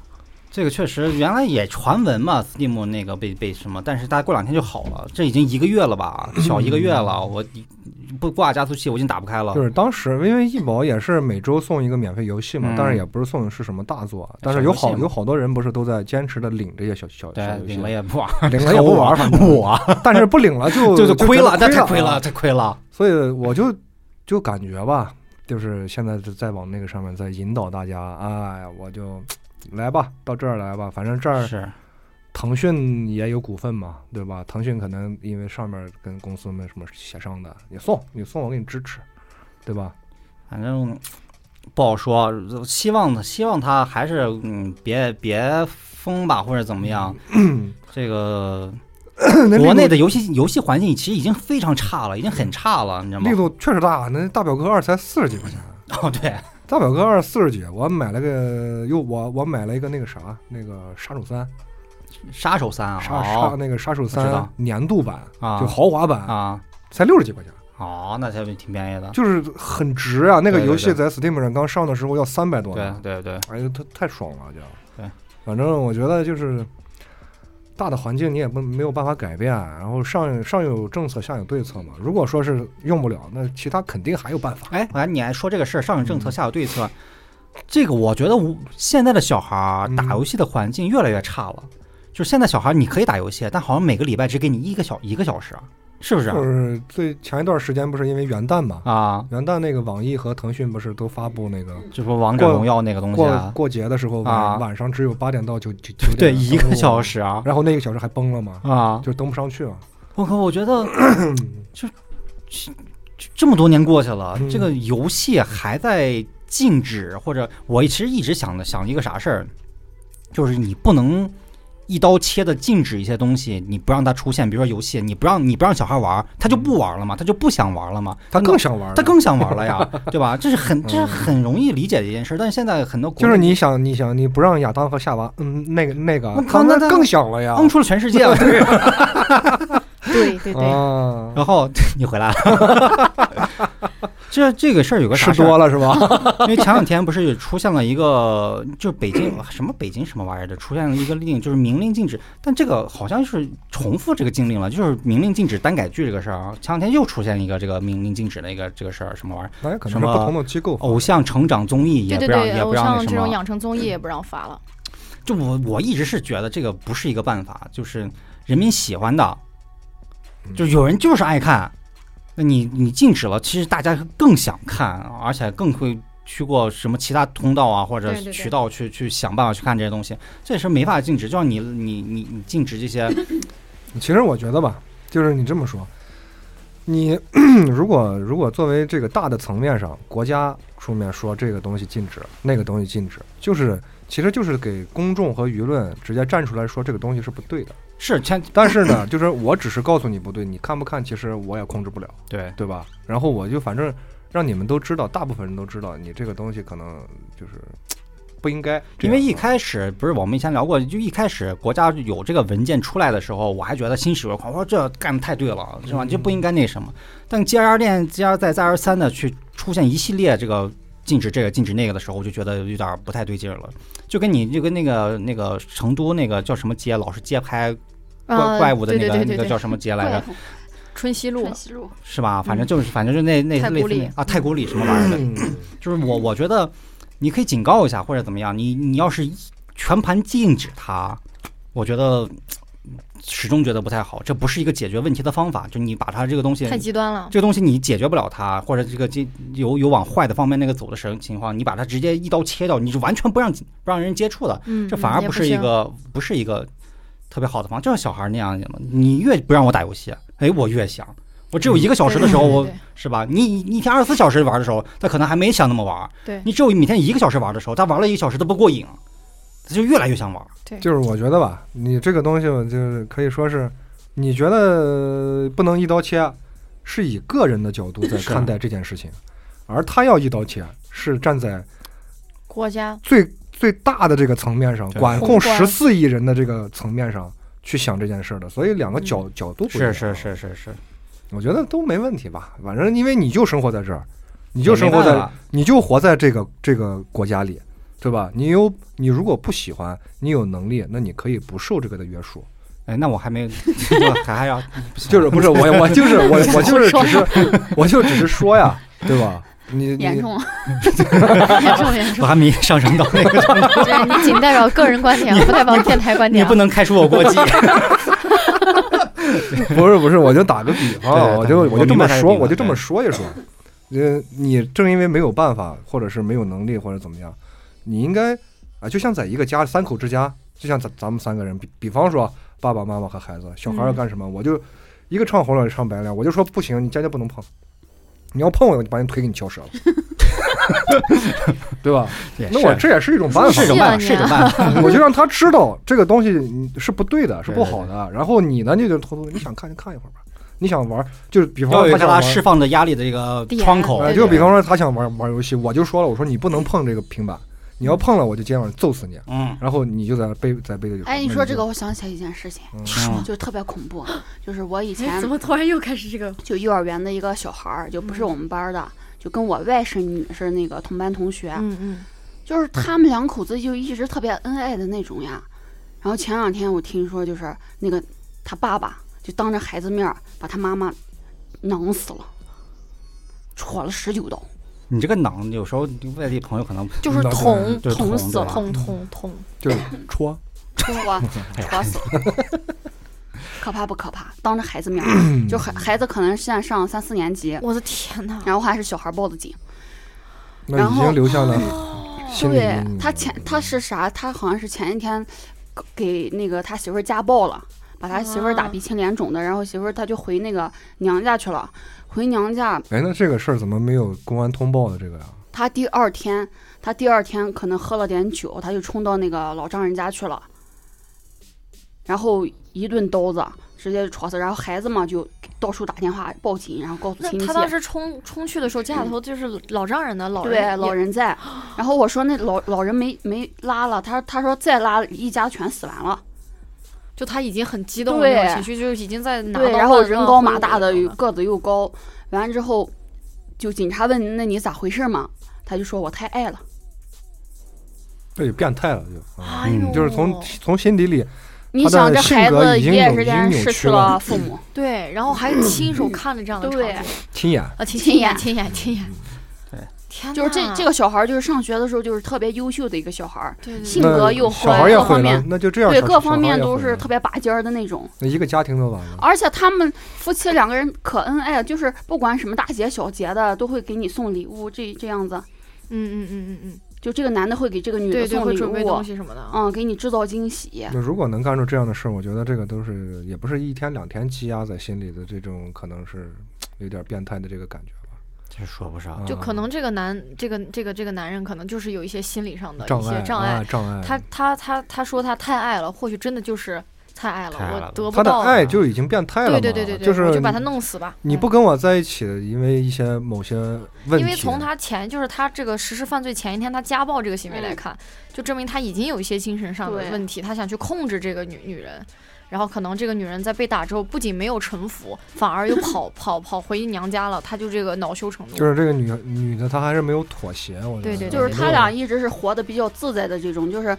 Speaker 1: 这个确实，原来也传闻嘛，Steam 那个被被什么，但是大家过两天就好了。这已经一个月了吧，小一个月了，我一不挂加速器我已经打不开了。
Speaker 3: 就是当时因为易宝也是每周送一个免费游戏嘛，
Speaker 1: 嗯
Speaker 3: 但是也不是送的是什么大作啊，
Speaker 1: 小
Speaker 3: 但是有
Speaker 1: 游戏
Speaker 3: 好
Speaker 1: 嘛
Speaker 3: 有好多人不是都在坚持的领这些小小小
Speaker 1: 对，
Speaker 3: 游戏，
Speaker 1: 领了也不玩，
Speaker 3: 领了也不玩，反正
Speaker 1: 我
Speaker 3: 但是不领了
Speaker 1: (laughs)
Speaker 3: 就
Speaker 1: 就是
Speaker 3: 就
Speaker 1: 亏
Speaker 3: 觉得
Speaker 1: 了，那太亏
Speaker 3: 啊
Speaker 1: 了，太亏了。
Speaker 3: 所以我就就感觉吧，就是现在就在往那个上面在引导大家，哎，我就来吧，到这儿来吧，反正这儿
Speaker 1: 是，
Speaker 3: 腾讯也有股份嘛，对吧？腾讯可能因为上面跟公司没什么协商的，你送你送我给你支持，
Speaker 1: (clears throat)
Speaker 3: 对吧？
Speaker 1: 反正不好说。希望希望他还是嗯，别别封吧，或者怎么
Speaker 3: (clears throat)
Speaker 1: 样。这个国内的游戏游戏环境其实已经非常差了，已经很差了，你知道吗
Speaker 3: 力？度确实大，那大表哥二才四十几块钱。
Speaker 1: (laughs) 哦，对，
Speaker 3: 大表哥二四十几，我买了个又我我买了一个那个啥，那个杀手三，
Speaker 1: 杀手三啊，
Speaker 3: 杀杀
Speaker 1: 哦
Speaker 3: 那个杀手
Speaker 1: 我知
Speaker 3: 三
Speaker 1: 道
Speaker 3: 年度版
Speaker 1: 啊
Speaker 3: 就豪华版，
Speaker 1: 啊，
Speaker 3: 才六十几块钱，
Speaker 1: 哦，那才挺便宜的。
Speaker 3: 就是很值啊！那个
Speaker 1: 对对
Speaker 3: 游戏在 Steam 上刚上的时候要三百多
Speaker 1: 对
Speaker 3: 呢，
Speaker 1: 对对，
Speaker 3: 哎呀，它太爽了就。
Speaker 1: 对，
Speaker 3: 反正我觉得就是大的环境你也不没有办法改变，啊然后上上有政策，下有对策嘛。如果说是用不了，那其他肯定还有办法。
Speaker 1: 哎，我看你还说这个事儿，上有政策，
Speaker 3: 嗯
Speaker 1: 下有对策。这个我觉得我现在的小孩儿打
Speaker 3: 嗯
Speaker 1: 游戏的环境越来越差了。就是现在小孩儿你可以打游戏，但好像每个礼拜只给你一个小一个小时，是不是啊？
Speaker 3: 就是最前一段时间不是因为元旦嘛，
Speaker 1: 啊，
Speaker 3: 元旦那个网易和腾讯不是都发布那个
Speaker 1: 这不王者
Speaker 3: 过
Speaker 1: 荣耀那个东西
Speaker 3: 过
Speaker 1: 啊？
Speaker 3: 过节的时候晚、
Speaker 1: 啊
Speaker 3: 晚上只有八点到九九九点
Speaker 1: 对，
Speaker 3: 的
Speaker 1: 一个
Speaker 3: 登录
Speaker 1: 小，时啊
Speaker 3: 然后那个小时还崩了嘛，
Speaker 1: 啊！
Speaker 3: 就登不上去嘛。
Speaker 1: 我靠，我觉
Speaker 3: (coughs)
Speaker 1: 得就就就这么多年过去了，
Speaker 3: 嗯
Speaker 1: 这个游戏还在禁止，或者我其实一直想的想一个啥事儿，就是你不能一刀切的禁止一些东西，你不让它出现，比如说游戏，你不让你不让小孩玩儿，他就不玩了嘛，他就不想玩了嘛，
Speaker 3: 他
Speaker 1: 那
Speaker 3: 更想玩了，
Speaker 1: 他更想玩了
Speaker 3: (laughs)
Speaker 1: 呀，对吧？这是很这是很容易理解的一件事，但是现在很多国
Speaker 3: 嗯就是
Speaker 1: 内
Speaker 3: 你想，你想，你不让亚当和夏娃，嗯，那个那个
Speaker 1: 那，
Speaker 3: 他
Speaker 1: 那
Speaker 3: 们
Speaker 1: 那
Speaker 3: 更想了呀。
Speaker 1: 嗯出了全世
Speaker 3: (laughs)
Speaker 1: 界了，
Speaker 2: 对对对，
Speaker 1: 哦
Speaker 3: 啊，
Speaker 1: 然后 (laughs) 你回来了，
Speaker 3: (laughs)
Speaker 1: (laughs) 这这个事儿有个啥
Speaker 3: 吃
Speaker 1: 事儿啊
Speaker 3: 多了是吧？
Speaker 1: (laughs) 因为前两天不是出现了一个，就是北京什么北京什么玩意儿的，出现了一个令，就是明令禁止，但这个好像是重复这个禁令了，就是明令禁止单改剧这个事儿啊。前两天又出现一个这个明令禁止的一个这个事儿，什么玩意儿？
Speaker 3: (laughs) 那也可能
Speaker 1: 什
Speaker 3: 是
Speaker 1: 么
Speaker 3: 不同的机构。
Speaker 1: 偶像成长综艺也
Speaker 2: 对
Speaker 1: 不
Speaker 2: 对
Speaker 1: 让，
Speaker 2: 对，
Speaker 1: 也不
Speaker 2: 偶
Speaker 1: 让
Speaker 2: 像
Speaker 1: 那
Speaker 2: 这
Speaker 1: 什
Speaker 2: 种
Speaker 1: 么。
Speaker 2: 养成综艺也不让发了。
Speaker 1: 就我我一直是觉得这个不是一个办法，就是人民喜欢的，
Speaker 3: 嗯
Speaker 1: 就有人就是爱看，那你你禁止了，其实大家更想看，而且更会去过什么其他通道啊或者
Speaker 2: 对对对
Speaker 1: 渠道去去想办法去看这些东西，这也是没法禁止。就像你你你你禁止这些，
Speaker 3: 其实我觉得吧，就是你这么说，你 (clears throat) 如果如果作为这个大的层面上，国家出面说这个东西禁止，那个东西禁止，就是其实就是给公众和舆论直接站出来说这个东西是不对的。
Speaker 1: 是前
Speaker 3: 但是呢，就是我只是告诉你不对，你看不看，其实我也控制不了。
Speaker 1: 对
Speaker 3: 对吧？然后我就反正让你们都知道，大部分人都知道，你这个东西可能就是不应该这
Speaker 1: 因
Speaker 3: 样啊，
Speaker 1: 为一开始不是我们以前聊过，就一开始国家有这个文件出来的时候，我还觉得欣喜若狂，我说这干的太对了，是吧？
Speaker 3: 嗯
Speaker 1: 就不应该那什么。但接二连接二再再而三的去出现一系列这个禁止这个禁止那个的时候，我就觉得有点不太对劲儿了。就跟你就跟那个那个成都那个叫什么街，老是街拍怪、
Speaker 2: 啊，
Speaker 1: 怪物的那
Speaker 2: 对
Speaker 1: 个
Speaker 2: 对
Speaker 1: 那
Speaker 2: 对
Speaker 1: 个
Speaker 2: 对对，
Speaker 1: 叫什么街来
Speaker 4: 怪
Speaker 1: 着，
Speaker 4: 物
Speaker 2: 春熙路
Speaker 4: 川，西路，
Speaker 1: 是吧？反正
Speaker 2: 嗯
Speaker 1: 就是反正就那那
Speaker 2: 太古
Speaker 1: 类似
Speaker 2: 里
Speaker 1: 那啊太古里什么玩意儿的，
Speaker 3: 嗯
Speaker 1: 就是我我觉得你可以警告一下或者怎么样，你你要是一全盘禁止它，我觉得嗯始终觉得不太好，这不是一个解决问题的方法。就你把它这个东西，
Speaker 2: 太极端了。
Speaker 1: 这个东西你解决不了它，或者这个这有有往坏的方面那个走的情情况，你把它直接一刀切掉，你就完全不让不让人接触的，
Speaker 2: 嗯，
Speaker 1: 这反而
Speaker 2: 嗯也
Speaker 1: 不
Speaker 2: 不
Speaker 1: 是一
Speaker 2: 行
Speaker 1: 个不是一个特别好的方法。就像小孩那样的嘛，你越不让我打游戏，哎，我越想。我只有一个小时的时候，
Speaker 2: 对对
Speaker 1: 我
Speaker 2: 对对
Speaker 1: 是吧？你你一天二十四小时玩的时候，他可能还没想那么玩。
Speaker 2: 对
Speaker 1: 你只有每天一个小时玩的时候，他玩了一个小时都不过瘾，他就越来越想玩。
Speaker 3: (clears throat) 就是我觉得吧，你这个东西就是可以说是，你觉得不能一刀切，啊是以个人的角度在
Speaker 1: 是
Speaker 3: 看待这件事情，而他要一刀切啊是站在
Speaker 2: 国家
Speaker 1: (laughs)
Speaker 3: 最最大的这个层面上，
Speaker 1: 对
Speaker 3: 管
Speaker 2: 宏
Speaker 3: 控
Speaker 2: 观
Speaker 3: 十四亿人的这个层面上去想这件事儿的，所以两个角、角度不一
Speaker 1: 是
Speaker 3: 样啊
Speaker 1: 是，是是是，
Speaker 3: 我觉得都没问题吧。反正因为你就生活在这儿，你就
Speaker 1: 也没
Speaker 3: 生活
Speaker 1: 办
Speaker 3: 在
Speaker 1: 法
Speaker 3: 你就活在这个这个国家里，对吧？你有你如果不喜欢，你有能力，那你可以不受这个的约束。
Speaker 1: 哎，那我还没有， (laughs) 我还还要
Speaker 3: 就是不是我我就是我我就是只是我就只是说呀，对吧？你
Speaker 4: 严
Speaker 3: 你
Speaker 4: 重，严重，严
Speaker 1: 我
Speaker 4: 重。
Speaker 1: 还
Speaker 2: (laughs)
Speaker 1: 没上升到那个，
Speaker 5: (laughs) 对你仅代表个人观点，不代表电台观
Speaker 1: 你
Speaker 5: 点。啊
Speaker 1: 不能开除我国
Speaker 2: (laughs)
Speaker 1: 籍。 (laughs)
Speaker 3: 不是不是，我就打个比方啊，我
Speaker 1: 对对
Speaker 3: 就
Speaker 1: 对
Speaker 3: 就
Speaker 1: 我
Speaker 3: 这
Speaker 1: 明
Speaker 3: 么
Speaker 1: 白他的
Speaker 3: 说，
Speaker 1: 意思
Speaker 3: 我就这么说一说。呃，你正因为没有办法，或者是没有能力，或者怎么样，你应该啊，就像在一个家三口之家，就像咱咱们三个人，比比方说爸爸妈妈和孩子，小孩要干什么，我就一个唱红脸，一个唱白脸，我就说不行，你家家不能碰，你要碰我，我就把你腿给你敲
Speaker 1: (laughs)
Speaker 3: 折了， (laughs) 对吧？
Speaker 1: 也
Speaker 3: 那我
Speaker 1: 是
Speaker 3: 这也是一种办法，
Speaker 1: 是一种办法，
Speaker 2: 啊
Speaker 1: 是一种办
Speaker 3: (laughs)
Speaker 1: 法。
Speaker 3: 我就让他知道这个东西嗯是不对的，是
Speaker 1: 对
Speaker 3: 不好的。然后你呢，你就偷偷你想看就看一会儿吧，你想玩就是比方
Speaker 1: 要
Speaker 3: 说
Speaker 1: 有一个
Speaker 3: 他想
Speaker 1: 他
Speaker 3: 玩，
Speaker 1: 释放的压力的这个
Speaker 5: 点
Speaker 1: 窗口
Speaker 3: 呃，
Speaker 5: 对
Speaker 3: 就比方说他想玩玩游戏，我就说了，我说你不能碰这个平板，你要碰了我就今天晚上揍死你。
Speaker 1: 嗯，
Speaker 3: 然后你就嗯在杯在杯子里。
Speaker 4: 哎，你说这个，我想起来一件事情，
Speaker 3: 啊
Speaker 4: 就特别恐怖，就是我以前
Speaker 2: 哎怎么嗯突然又开始这
Speaker 5: 嗯
Speaker 2: 个？
Speaker 4: 就幼儿园的一个小孩儿，就不是我们班儿的，就跟我外甥女是那个同班同学，
Speaker 2: 嗯嗯，
Speaker 4: 就是他们两口子就一直特别恩爱的那种呀。然后前两天我听说，就是那个他爸爸就当着孩子面儿把他妈妈囊死了，戳了十九刀。
Speaker 3: 嗯
Speaker 1: 你这个囊有时候外地朋友可能 (laughs)
Speaker 5: 就是
Speaker 3: 那
Speaker 5: 捅
Speaker 1: 就是捅
Speaker 4: 捅死
Speaker 1: 嗯对吧
Speaker 5: 捅
Speaker 1: 嗯
Speaker 5: 捅捅，
Speaker 3: 就是戳，
Speaker 4: 戳
Speaker 1: 哎
Speaker 4: 戳死了，可怕不可怕？当着孩子面儿，就孩孩子可能现在上三四年级，
Speaker 5: 我的天哪！
Speaker 4: 然后还是小孩儿报的警。
Speaker 3: 那
Speaker 4: 然
Speaker 3: 已
Speaker 4: 后
Speaker 3: 经留下
Speaker 1: 嗯
Speaker 4: (laughs)
Speaker 3: 了
Speaker 2: 哦
Speaker 3: 心理
Speaker 4: 对
Speaker 3: 阴影。
Speaker 4: 他前他是啥？他好像是前一天给那个他媳妇儿家暴了，把他媳妇儿打
Speaker 2: 啊
Speaker 4: 鼻青脸肿的，然后媳妇儿他就回那个娘家去了。回娘家，
Speaker 3: 哎，那这个事儿怎么没有公安通报的这个啊呀？
Speaker 4: 他第二天，他第二天可能喝了点酒，他就冲到那个老丈人家去了，然后一顿刀子直接戳死，然后孩子嘛就到处打电话报警，然后告诉
Speaker 2: 那
Speaker 1: 嗯
Speaker 4: 亲
Speaker 5: 嗯
Speaker 4: 戚
Speaker 2: 他。当时冲冲去的时候，家里头就是老丈人的老人
Speaker 4: 对，
Speaker 2: 也，
Speaker 4: 老人
Speaker 2: (laughs)
Speaker 4: 在，然后我说那老老人没没拉了，他他说再拉一家全死完了，
Speaker 2: 就他已经很激动的那
Speaker 4: 对
Speaker 2: 种情绪，就是已经在拿刀嗯
Speaker 4: 对，
Speaker 2: 子
Speaker 4: 然后人高马
Speaker 2: 挥
Speaker 4: 大的
Speaker 2: 舞那种
Speaker 4: 个子又高，完了之后，就警察问那你咋回事嘛，他就说我太爱了，
Speaker 3: 这就变态了，就啊
Speaker 2: 哎呦
Speaker 1: 嗯
Speaker 3: 就是从
Speaker 4: 哦
Speaker 3: 从心底里，
Speaker 4: 你
Speaker 3: 他的
Speaker 4: 想这
Speaker 3: 性
Speaker 4: 孩
Speaker 3: 格
Speaker 4: 子
Speaker 3: 已
Speaker 4: 一
Speaker 3: 经
Speaker 4: 夜
Speaker 3: 有
Speaker 4: 之
Speaker 3: 已
Speaker 4: 间
Speaker 3: 经扭
Speaker 4: 失
Speaker 3: 曲
Speaker 4: 去
Speaker 3: 了
Speaker 4: 了父母，
Speaker 2: 对，然后还亲手看着这样的场
Speaker 4: 对
Speaker 2: 景
Speaker 3: 亲眼
Speaker 2: 啊，亲
Speaker 4: 亲
Speaker 2: 眼
Speaker 4: 眼
Speaker 2: 亲眼亲眼
Speaker 1: 对，
Speaker 2: 天
Speaker 4: 就是这
Speaker 2: 哪
Speaker 4: 这个小孩儿，就是上学的时候就是特别优秀的一个小孩儿，
Speaker 2: 对对
Speaker 4: 性
Speaker 2: 对
Speaker 4: 格
Speaker 3: 那
Speaker 4: 又
Speaker 3: 小
Speaker 4: 坏
Speaker 3: 孩也
Speaker 4: 各方
Speaker 3: 毁了
Speaker 4: 面，
Speaker 3: 那就这样
Speaker 4: 对
Speaker 3: 小
Speaker 4: 各方
Speaker 3: 小孩
Speaker 4: 面
Speaker 3: 也
Speaker 4: 都
Speaker 3: 毁
Speaker 4: 是
Speaker 3: 了
Speaker 4: 特别拔尖儿的那种。
Speaker 3: 那一个家庭都完了。
Speaker 4: 而且他们夫妻两个人可恩爱了，就是不管什么大节小节的，都会给你送礼物，这这样子。
Speaker 2: 嗯嗯嗯嗯嗯，
Speaker 4: 就这个男的会给这个女
Speaker 2: 对
Speaker 4: 的
Speaker 2: 对，
Speaker 4: 送
Speaker 2: 会
Speaker 4: 礼
Speaker 2: 准备
Speaker 4: 物
Speaker 2: 东，西什么的，
Speaker 4: 嗯，给你制造惊喜。
Speaker 3: 那如果能干出这样的事儿，我觉得这个都是也不是一天两天积压在心里的这种，可能是有点变态的这个感觉吧。
Speaker 1: 这说不上
Speaker 3: 啊，
Speaker 2: 就可能这个男这个这个这个男人可能就是有一些心理上的
Speaker 3: 障
Speaker 2: 呃一
Speaker 3: 碍
Speaker 2: 些障
Speaker 3: 啊
Speaker 2: 碍，
Speaker 3: 障碍。
Speaker 2: 他他他他说他太爱了，或许真的就是太爱了，
Speaker 1: 太爱了
Speaker 2: 我得
Speaker 3: 他
Speaker 2: 不
Speaker 3: 的
Speaker 2: 到，
Speaker 3: 爱就已经变态了嘛，
Speaker 2: 对对对对对，
Speaker 3: 就
Speaker 2: 我
Speaker 3: 是
Speaker 2: 就把他弄死吧。
Speaker 3: 你
Speaker 2: 嗯
Speaker 3: 不跟我在一起，因为一些某些问题，啊
Speaker 2: 因为从他前就是他这个实施犯罪前一天他家暴这个行为来看，就证明他已经有一些精神上的
Speaker 4: 对
Speaker 2: 问题，他想去控制这个女女人，然后可能这个女人在被打之后不仅没有臣服，反而又跑跑跑回娘家了，他就这个恼羞成怒。
Speaker 3: 就是这个女女的，她还是没有妥协，我觉得
Speaker 2: 对对对
Speaker 4: 就是他俩一直是活得比较自在的这种，就是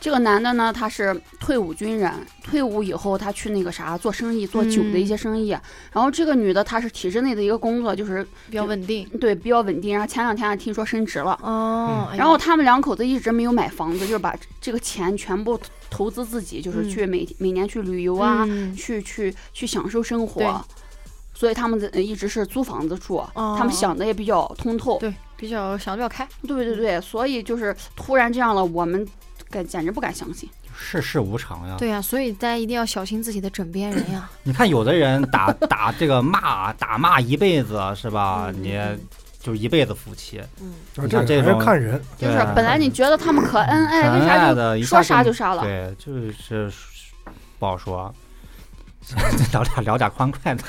Speaker 4: 这个男的呢，他是退伍军人，退伍以后他去那个啥做生意，做酒的一
Speaker 2: 嗯
Speaker 4: 些生意。然后这个女的她是体制内的一个工作，就是
Speaker 2: 比较稳定。
Speaker 4: 对比较稳定。然后前两天还听说升职了，
Speaker 3: 嗯
Speaker 2: 哦，哎呀
Speaker 4: 然后他们两口子一直没有买房子，就是把这个钱全部投资自己，就是
Speaker 2: 嗯
Speaker 4: 去每、每年去旅游啊，
Speaker 2: 嗯
Speaker 4: 去去去享受生
Speaker 2: 对
Speaker 4: 活。所以他们在呃一直是租房子住，
Speaker 2: 哦
Speaker 4: 他们想的也比较通透。
Speaker 2: 对比较想得比较开，
Speaker 3: 啊
Speaker 4: 对对对，所以就是突然这样了，我们敢简直不敢相信。
Speaker 1: 世事无常呀。
Speaker 2: 对呀、所以大家一定要小心自己的枕边人 (clears throat) 呀。
Speaker 1: 你看有的人打 (laughs) 打这个骂打骂一辈子是吧？
Speaker 4: 嗯
Speaker 1: 你就一辈子夫妻，
Speaker 2: 嗯，
Speaker 3: 啊
Speaker 1: 像这
Speaker 3: 这个还是
Speaker 1: 种
Speaker 3: 看人，
Speaker 4: 就是
Speaker 1: 对啊
Speaker 4: 本来你觉得他们可恩爱，
Speaker 1: 很
Speaker 4: 哎为啥
Speaker 1: 爱
Speaker 4: 就
Speaker 1: 的一下
Speaker 4: 说杀
Speaker 1: 就
Speaker 4: 就杀了？
Speaker 1: 对，就是不好说。 (laughs) 聊点聊点欢快
Speaker 3: (laughs)
Speaker 1: 的，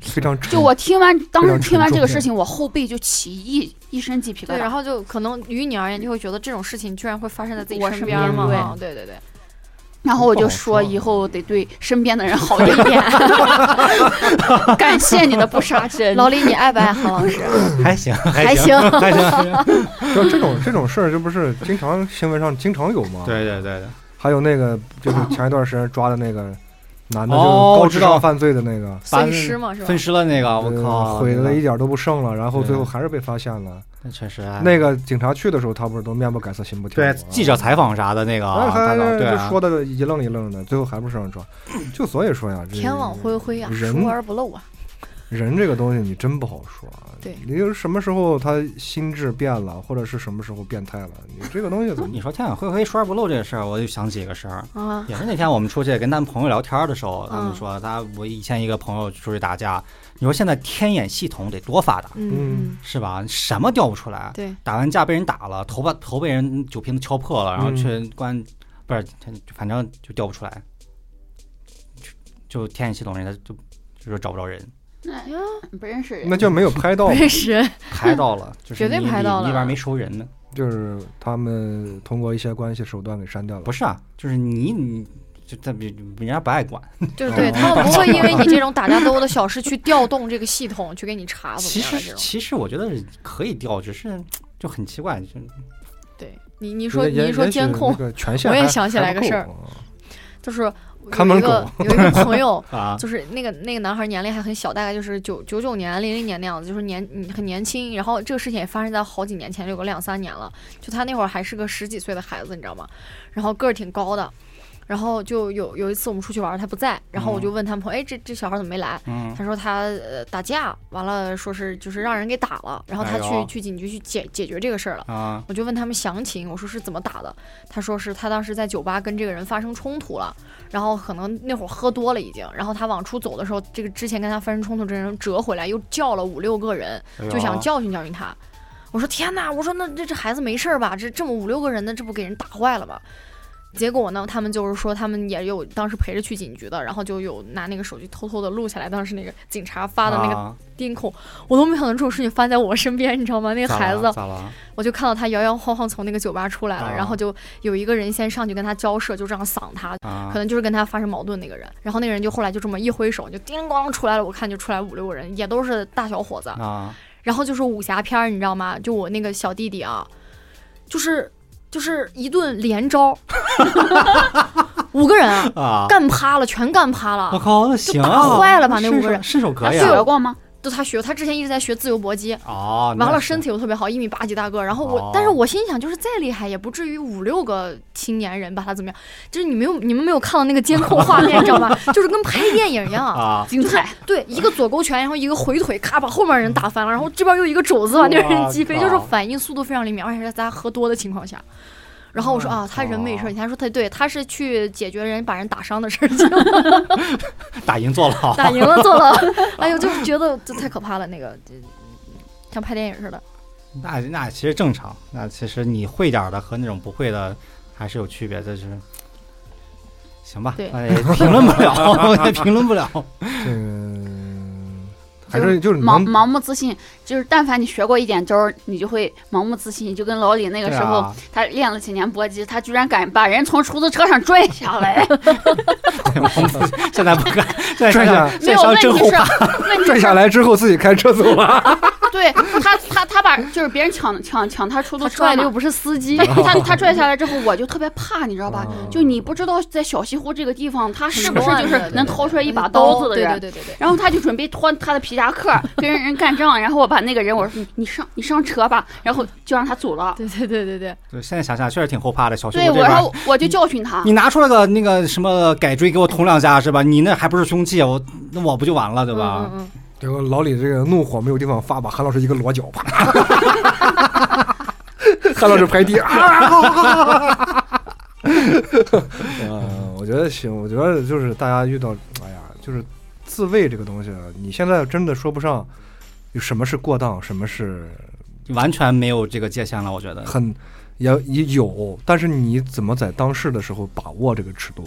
Speaker 3: 非常沉
Speaker 4: 就我听完当
Speaker 3: 非
Speaker 4: 时
Speaker 3: 常
Speaker 4: 听完
Speaker 3: 沉
Speaker 4: 这个
Speaker 3: 重
Speaker 4: 事情，我后背就起一一身鸡皮疙
Speaker 2: 对，然
Speaker 4: 瘩。
Speaker 2: 后就可能于你而言，就会觉得这种事情居然会发生在自己
Speaker 4: 我
Speaker 2: 身
Speaker 4: 身
Speaker 2: 边
Speaker 4: 边
Speaker 2: 嘛
Speaker 4: 对
Speaker 2: 啊，对对对，
Speaker 4: 然后我
Speaker 3: 不
Speaker 4: 就
Speaker 3: 好说
Speaker 4: 说以后得对身边的人好一点。感谢你的不
Speaker 2: (laughs)
Speaker 4: 杀之恩，
Speaker 5: 老李，你爱不爱
Speaker 3: (laughs)
Speaker 5: 韩老师？
Speaker 1: 还行，还
Speaker 5: 还行，
Speaker 1: 还
Speaker 4: (laughs)
Speaker 1: 行，还行。
Speaker 3: (laughs) 就这种这种事儿，这不是经常新闻上经常有吗？，
Speaker 1: 对对对对，
Speaker 3: 还有那个就是前一段时间抓的那个男的，
Speaker 1: 哦
Speaker 3: 就是高
Speaker 1: 我
Speaker 3: 智
Speaker 1: 知道
Speaker 3: 商犯罪的那个，
Speaker 1: 把
Speaker 2: 碎尸嘛是吧
Speaker 1: 分？尸了那啊个，我
Speaker 3: 呃
Speaker 1: 靠，嗯
Speaker 3: 毁
Speaker 1: 那
Speaker 3: 的
Speaker 1: 个
Speaker 3: 一点都不剩了，然后最后
Speaker 1: 对
Speaker 3: 还是被发现了。
Speaker 1: 那确实
Speaker 3: 那个警察去的时候，他不是都面不改色心不跳吗？
Speaker 1: 哎对记者采访啥的那个
Speaker 3: 哎，
Speaker 1: 啊，
Speaker 3: 还
Speaker 1: 大佬对
Speaker 3: 就
Speaker 1: 啊
Speaker 3: 说的一愣一愣的，最后还不是让抓。就所以说呀，这
Speaker 2: 天网恢恢啊，
Speaker 3: 人
Speaker 2: 疏而不漏啊。
Speaker 3: 人这个东西你真不好说啊。
Speaker 2: 对
Speaker 3: 你就是什么时候他心智变了，或者是什么时候变态了，你这个东西
Speaker 2: (laughs)
Speaker 3: 怎么
Speaker 1: 你说天眼灰灰刷不漏这个事儿，我就想起一个事儿，
Speaker 2: 啊，
Speaker 1: 也是那天我们出去跟他们朋友聊天的时候，他们
Speaker 2: 嗯
Speaker 1: 说他我以前一个朋友出去打架，你说现在天眼系统得多发达
Speaker 2: 嗯嗯，
Speaker 1: 是吧？什么调不出来？
Speaker 2: 对，
Speaker 1: 打完架被人打了，头发头被人酒瓶子敲破了，然后
Speaker 3: 嗯
Speaker 1: 去关，不是，反正就调不出来，就就天眼系统人家就就是找不着人，
Speaker 4: 哎不认识人
Speaker 3: 那。就没有拍到
Speaker 2: 哎不
Speaker 3: 嘛？
Speaker 2: 认识 (laughs) 人，
Speaker 1: 拍到了，就是
Speaker 2: 绝对
Speaker 1: 你
Speaker 2: 拍到
Speaker 1: 你
Speaker 2: 了
Speaker 1: 那边没收人呢。
Speaker 3: 就是他们通过一些关系手段给删掉了
Speaker 1: 不。是啊，就是你你就他别人家不爱管。
Speaker 2: 对对，他们不会因为你这种打架斗殴的小事去调动这个系统去给你查怎
Speaker 1: 其
Speaker 2: 么样啊的这
Speaker 1: 实
Speaker 2: 种。
Speaker 1: 其实我觉得可以调，只是就很奇怪，就
Speaker 2: 对你你说
Speaker 3: 也也
Speaker 2: 你说
Speaker 3: 也许
Speaker 2: 监控
Speaker 3: 那，个权限
Speaker 2: 我也
Speaker 3: 还
Speaker 2: 想起来个事儿，
Speaker 3: 还不够啊
Speaker 2: 就是
Speaker 3: 看
Speaker 2: 有
Speaker 3: 门
Speaker 2: 一
Speaker 3: 狗
Speaker 2: 个有一个朋友，
Speaker 1: 啊，
Speaker 2: 就是那个那个男孩年龄还很小，大概就是九九九年、零零年那样子，就是年嗯很年轻。然后这个事情也发生在好几年前，有个两三年了。就他那会儿还是个十几岁的孩子，你知道吗？然后个儿挺高的。然后就有有一次我们出去玩儿，他不在，然后我就问他们朋友，哎，这这小孩怎么没来？
Speaker 1: 嗯，
Speaker 2: 他说他呃打架完了，说是就是让人给打了，然后他
Speaker 1: 哎
Speaker 2: 去、
Speaker 1: 呦
Speaker 2: 去警局去解解决这个事儿了。
Speaker 1: 啊，
Speaker 2: 我就问他们详情，我说是怎么打的，他说是他当时在酒吧跟这个人发生冲突了，然后可能那会儿喝多了已经，然后他往出走的时候，这个之前跟他发生冲突这人折回来又叫了五六个人，
Speaker 1: 哎
Speaker 2: 就
Speaker 1: 啊
Speaker 2: 想教训教训他。我说天哪，我说那这这孩子没事儿吧？这这么五六个人的，这不给人打坏了吗？结果呢，他们就是说他们也有当时陪着去警局的，然后就有拿那个手机偷偷的录下来，当时那个警察发的那个
Speaker 1: 个
Speaker 2: 钉孔，我都没想到这种事情发生在我身边，你知道吗？那个孩子
Speaker 1: 咋了？
Speaker 2: 我就看到他摇摇晃晃从那个酒吧出来了，
Speaker 1: 啊
Speaker 2: 然后就有一个人先上去跟他交涉，就这样搡他，
Speaker 1: 啊
Speaker 2: 可，能就是跟他发生矛盾那个人。然后那个人就后来就这么一挥手，就叮咣出来了，我看就出来五六个人，也都是大小伙子。
Speaker 1: 啊，
Speaker 2: 然后就是武侠片儿，你知道吗？就我那个小弟弟啊，就是就是一顿
Speaker 1: (laughs)
Speaker 2: 连招，五个人啊，
Speaker 1: 啊，
Speaker 2: 干趴了，全干趴
Speaker 1: 我
Speaker 2: 了。
Speaker 1: 靠，那行
Speaker 2: 打
Speaker 1: 啊，
Speaker 2: 坏了吧那
Speaker 1: 身
Speaker 2: 五个
Speaker 1: 手
Speaker 2: 人
Speaker 1: 身手可以
Speaker 4: 学
Speaker 2: 哎
Speaker 1: 啊
Speaker 2: 呦，
Speaker 4: 过吗？
Speaker 2: 就他学，他之前一直在学自由搏击，啊
Speaker 1: 哦，
Speaker 2: 完了，身
Speaker 1: 身
Speaker 2: 体又特别好，一米八几大个儿。然后我，
Speaker 1: 哦
Speaker 2: 但是我心想，就是再厉害也不至于五六个青年人把他怎么样。就是你没有，你们没有看到那个监控画面，你知道
Speaker 1: (laughs)
Speaker 2: 吗？就是跟拍电影一样。
Speaker 1: 啊，
Speaker 4: 精彩！
Speaker 2: 对，一个左勾拳，然后一个回腿，咔把后面人打翻了，然后这边又一个肘子把那个人击飞，
Speaker 1: 哦哇
Speaker 2: 就是
Speaker 1: 靠
Speaker 2: 反应速度非常灵敏，而且是在他喝多的情况下。然后我说
Speaker 1: 哇
Speaker 2: 啊，他人没事
Speaker 1: 靠
Speaker 2: 儿，你还说他对，他是去解决人把人打伤的事
Speaker 1: (laughs)
Speaker 2: 情，
Speaker 1: 打赢啊坐
Speaker 2: (laughs)
Speaker 1: 牢，
Speaker 2: 打赢了坐牢。哎呦，就是觉得这太可怕了，那个这呃像拍电影似的。
Speaker 1: 那那其实正常，那其实你会点儿的和那种不会的还是有区别，这是。行吧，
Speaker 2: 对
Speaker 1: 哎，评论不了， (laughs) 也评论不了。
Speaker 3: 这个还是就是
Speaker 4: (laughs) 盲
Speaker 3: 能
Speaker 4: 盲目自信，就是但凡你学过一点招儿，你就会盲目自信。就跟老李那个
Speaker 1: 对
Speaker 4: 时候，
Speaker 1: 啊，
Speaker 4: 他练了几年搏击，他居然敢把人从出租车上拽下来。
Speaker 1: 对我们现在不敢，现在
Speaker 3: 拽
Speaker 1: 想
Speaker 3: 下
Speaker 1: 想，现
Speaker 4: 没
Speaker 1: 在
Speaker 4: 有
Speaker 1: 想
Speaker 4: 问
Speaker 1: 想
Speaker 4: 题
Speaker 1: 真
Speaker 2: 啊
Speaker 1: 后
Speaker 4: 是
Speaker 1: 怕。，
Speaker 4: 问题
Speaker 3: (laughs) 拽
Speaker 4: 是
Speaker 3: 下来之后自己开车走了。
Speaker 4: 对他他他把就是别人抢抢抢他出租
Speaker 2: 他
Speaker 4: 车
Speaker 2: 拽的又
Speaker 4: 嘛，
Speaker 2: 不是司机，
Speaker 4: 他
Speaker 2: (laughs)
Speaker 4: 他拽下来之后，我就特别怕，你知道吧？
Speaker 3: 嗯
Speaker 4: 就你不知道在小西湖这个地方，他是
Speaker 2: 很
Speaker 4: 不是
Speaker 2: 乱
Speaker 4: 就是
Speaker 2: 的
Speaker 4: 能
Speaker 2: 对
Speaker 4: 掏出来一把
Speaker 2: 嗯刀
Speaker 4: 刀子的人？
Speaker 2: 对对对对对。
Speaker 4: 然后他就准备脱他的皮夹克儿跟人干仗，然后我把那个人我说你你上你上车吧，然后就让他走了。
Speaker 2: 对对对对对，
Speaker 1: 对现在想想确实挺后怕的，小学
Speaker 4: 对，
Speaker 1: 这
Speaker 4: 我
Speaker 1: 边
Speaker 4: 然
Speaker 1: 儿
Speaker 4: 后我就教训他
Speaker 1: 你。拿出来个那个什么改锥给我捅两下是吧？你那还不是凶器，啊我那我不就完了对吧？
Speaker 2: 嗯嗯嗯，
Speaker 3: 结果老李 (laughs) 这个怒火没有地方发，把韩老师一个裸脚， (laughs) 啪！韩老师拍地 (laughs) 啊！嗯，我觉得行，我觉得就是大家遇到，哎呀，就是自卫这个东西，啊你现在真的说不上有什么是过当，什么是
Speaker 1: 完全没有这个界限了，我觉得。
Speaker 3: 很也也有，但是你怎么在当事的时候把握这个尺度？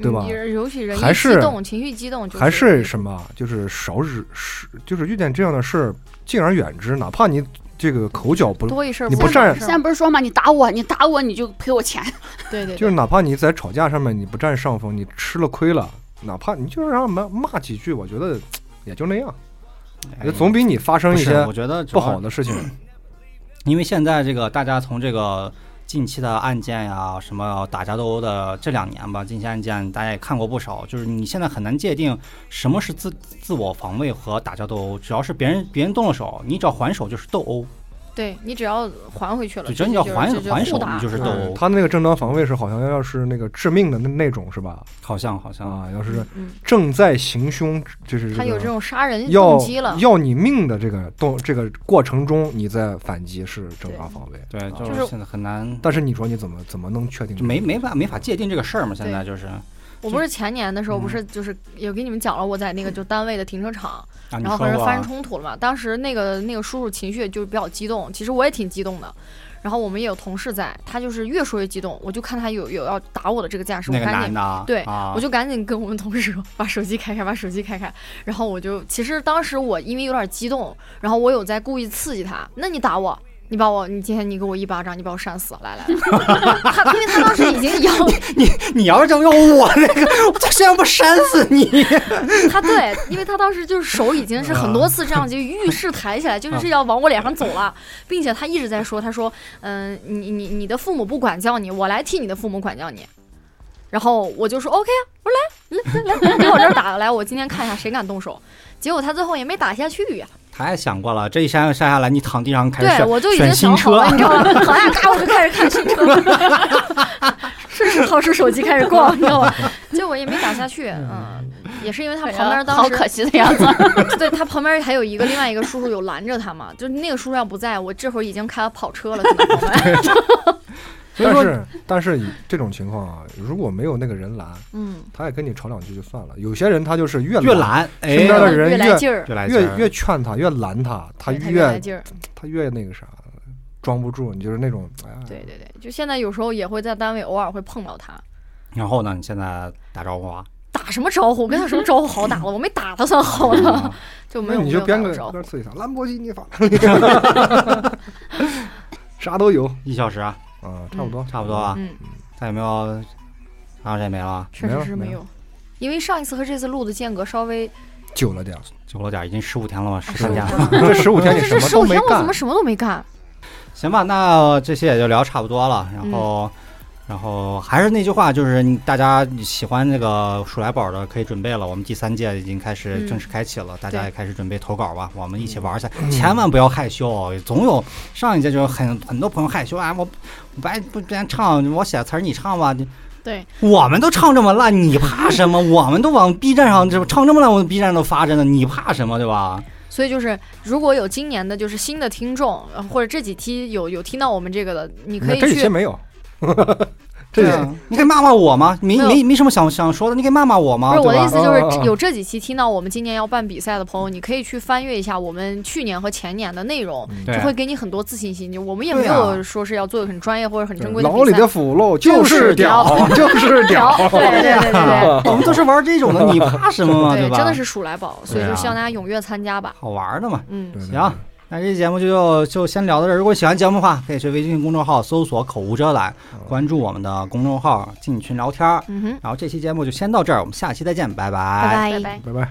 Speaker 3: 对吧
Speaker 2: 嗯人尤其人
Speaker 3: 还
Speaker 2: 一
Speaker 3: 是
Speaker 2: 激动，情绪激动、就是，
Speaker 3: 还是什么，就是少惹事，就是遇见这样的事儿敬而远之，哪怕你这个口角不，
Speaker 2: 多一事
Speaker 3: 你不
Speaker 2: 不
Speaker 3: 占
Speaker 4: 现在不是说嘛，你打我，你打我你就赔我钱，
Speaker 2: 对对，
Speaker 3: 就
Speaker 2: 对
Speaker 3: 是哪怕你在吵架上面你不占上风，你吃了亏了，哪怕你就是让骂骂几句，我觉得也就那样，
Speaker 1: 哎
Speaker 3: 总比你发生
Speaker 1: 不
Speaker 3: 一
Speaker 1: 是，
Speaker 3: 些
Speaker 1: 我觉得主
Speaker 3: 不
Speaker 1: 要
Speaker 3: 好的事情，
Speaker 1: 因为现在这个大家从这个近期的案件呀、什么打架斗殴的这两年吧，近期案件大家也看过不少，就是你现在很难界定什么是自自我防卫和打架斗殴，只要是别人别人动了手，你只要还手就是斗殴，
Speaker 2: 对你只要还回去了，
Speaker 1: 就只要你要
Speaker 2: 这
Speaker 1: 还
Speaker 2: 这这
Speaker 1: 还
Speaker 2: 互
Speaker 1: 手，
Speaker 2: 打
Speaker 1: 你就是斗
Speaker 3: 嗯
Speaker 1: 殴，
Speaker 3: 他那个正当防卫是好像要是那个致命的那那种是吧？
Speaker 1: 好像好像
Speaker 3: 啊，要是
Speaker 2: 嗯，
Speaker 3: 正在行凶，就是
Speaker 2: 他有这
Speaker 3: 个
Speaker 2: 种杀人
Speaker 3: 要
Speaker 2: 动机了，
Speaker 3: 要你命的这个动这个过程中，你在反击是正当防卫。
Speaker 1: 对，就
Speaker 2: 就是
Speaker 1: 是现在很难，
Speaker 3: 但是你说你怎么怎么能确定？
Speaker 1: 就没没法没法界定这个事儿嘛，现在就是啊，
Speaker 2: 我
Speaker 1: 就
Speaker 2: 不是前年的时候，
Speaker 1: 嗯
Speaker 2: 不是就是有给你们讲了，我在那个就单位的停车场，
Speaker 1: 你
Speaker 2: 然后
Speaker 1: 说
Speaker 2: 和人
Speaker 1: 过
Speaker 2: 发生
Speaker 1: 啊，
Speaker 2: 冲突了嘛。当时那个那个叔叔情绪就是比较激动，其实我也挺激动的。然后我们也有同事在，他就是越说越激动，我就看他有有要打我的这个架势，
Speaker 1: 那
Speaker 2: 我
Speaker 1: 个
Speaker 2: 赶
Speaker 1: 男
Speaker 2: 紧。
Speaker 1: 的啊，
Speaker 2: 对
Speaker 1: 啊
Speaker 2: 我就赶紧跟我们同事说，把手机开开，把手机开开。然后我就，其实当时我因为有点激动，然后我有在故意刺激他。那你打我，你把我，你今天你给我一巴掌，你把我扇死，来来来。他因为他当时已经要
Speaker 1: 你要是这么用我那个，我这谁让不扇死你？ (laughs)
Speaker 2: (laughs) 他对，因为他当时就是手已经是很多次这样就预示抬起来，
Speaker 1: 啊
Speaker 2: 就是是要往我脸上走了，并且他一直在说，他说，嗯、你你你的父母不管教你，我来替你的父母管教你。然后我就说 OK 啊，我说来来来来，来我这儿打来，我今天看一下谁敢动手。结果他最后也没打下去呀、
Speaker 1: 他也想过了，这一扇扇下来，你躺地上开始
Speaker 2: 对
Speaker 1: 选
Speaker 2: 我就已经
Speaker 1: 选
Speaker 2: 想
Speaker 1: 新
Speaker 2: 好
Speaker 1: 车啊
Speaker 2: 了，，你知道吗？好呀，咔，我就开始看新车，
Speaker 1: (laughs)
Speaker 2: 顺势掏出手机开始逛，你知道吗？结果也没打下去，嗯，也是因为他旁边当时
Speaker 4: 好可惜的样子。
Speaker 2: (laughs) 对他旁边还有一个另外一个叔叔有拦着他嘛，就是那个叔叔要不在我这会儿已经开了跑车了，可能旁边
Speaker 1: 所以
Speaker 3: 但
Speaker 1: 说
Speaker 3: 是但是以这种情况啊，如果没有那个人拦，
Speaker 2: 嗯，
Speaker 3: 他也跟你吵两句就算了。有些人他就是越
Speaker 1: 越
Speaker 3: 拦
Speaker 1: 懒，哎，
Speaker 3: (laughs) 身边的人
Speaker 2: 越
Speaker 3: 越
Speaker 2: 来劲儿，
Speaker 1: 越来劲
Speaker 3: 越
Speaker 1: 儿
Speaker 3: 越劝他，越拦他，他
Speaker 2: 对他越来
Speaker 3: 越嗯
Speaker 2: 劲儿，
Speaker 3: 他越那个啥，装不住。你就是那种哎呀，
Speaker 2: 对对对，就现在有时候也会在单位偶尔会碰到他，
Speaker 1: 然后呢，你现在打招呼
Speaker 2: (laughs)
Speaker 1: 啊？
Speaker 2: 打什么招呼？我跟他什么招呼好打了？我没打他算好的，
Speaker 1: 啊
Speaker 2: 就没
Speaker 3: 嗯那
Speaker 2: 有
Speaker 3: 你就
Speaker 2: 没有打
Speaker 3: 编
Speaker 2: 过
Speaker 3: 个
Speaker 2: 招呼。
Speaker 3: 歌刺激他，兰博基尼法 (laughs) 拉利，啥都有
Speaker 1: 一小时啊，
Speaker 3: 啊，差不多，
Speaker 1: 差不多。啊。
Speaker 2: 嗯，
Speaker 1: 再有没有？长时间没了，啊
Speaker 2: 确
Speaker 3: 没
Speaker 2: 实
Speaker 3: 有
Speaker 2: 是
Speaker 3: 没
Speaker 2: 没
Speaker 3: 有
Speaker 2: 有，因为上一次和这次录的间隔稍微啊
Speaker 3: 久了点儿，
Speaker 1: 久了点儿，已经十五天了吗？十
Speaker 3: 是
Speaker 1: 三天了。
Speaker 3: (laughs) 这十五天
Speaker 2: 但
Speaker 3: 你
Speaker 2: 是 (laughs)
Speaker 3: 什
Speaker 2: 这
Speaker 3: 么
Speaker 2: 十
Speaker 3: 都
Speaker 2: 五
Speaker 3: 没
Speaker 2: 天我
Speaker 3: 干
Speaker 2: 怎么，什么都没干？
Speaker 1: 行吧，那这些也就聊差不多了。
Speaker 2: 嗯
Speaker 1: 然后，然后还是那句话，就是你大家喜欢这个鼠来宝的可以准备了，我们第三届已经开始
Speaker 2: 嗯
Speaker 1: 正式开启了，大家
Speaker 2: 对
Speaker 1: 也开始准备投稿吧，我们一起玩一下，千万不要害羞，总有上一届就有很很多朋友害羞啊，我我不爱不不爱唱，我写词儿你唱吧。你
Speaker 2: 对，
Speaker 1: 我们都唱这么烂，你怕什么？我们都往 B 站上这唱这么烂，我们 B 站都发着呢，你怕什么？对吧？
Speaker 2: 所以就是，如果有今年的就是新的听众，呃或者这几期有有听到我们这个的，你可以
Speaker 3: 这
Speaker 2: 去
Speaker 3: 几天没有， (laughs)
Speaker 1: 对
Speaker 3: 这几
Speaker 1: 啊，你可以骂骂我吗？没
Speaker 2: 嗯没有
Speaker 1: 没没什么想想说的，你可以骂骂我吗？
Speaker 2: 不是我的
Speaker 1: 啊对吧嗯
Speaker 2: 意思，就
Speaker 3: 哦哦哦
Speaker 2: 是有这几期听到我们今年要办比赛的朋友，你可以去翻阅一下我们去年和前年的内容，
Speaker 3: 嗯
Speaker 1: 对
Speaker 2: 就会给你很多自信心。就我们也
Speaker 1: 对
Speaker 2: 没
Speaker 1: 啊
Speaker 2: 有说是要做很专业或者很正嗯规的
Speaker 3: 老李
Speaker 2: 比赛
Speaker 3: 的，腐肉
Speaker 2: 就
Speaker 3: 就是是屌，就是屌， (laughs)
Speaker 2: 对对对对对
Speaker 1: 我们都是玩这种的，你怕什么嘛？
Speaker 2: 对，
Speaker 1: 吧？
Speaker 2: 真的是鼠来宝，所以
Speaker 1: 对啊
Speaker 2: 就希望大家踊跃参加吧。
Speaker 1: 好玩的嘛。
Speaker 2: 嗯，
Speaker 3: 对
Speaker 1: 行，啊那这期节目就就先聊到这儿。如果喜欢节目的话，可以去微信公众号搜索“口无遮拦”，关注我们的公众号，进群聊天儿。
Speaker 2: 嗯哼，
Speaker 1: 然后这期节目就先到这儿，我们下期再见，拜拜
Speaker 2: 拜
Speaker 3: 拜拜。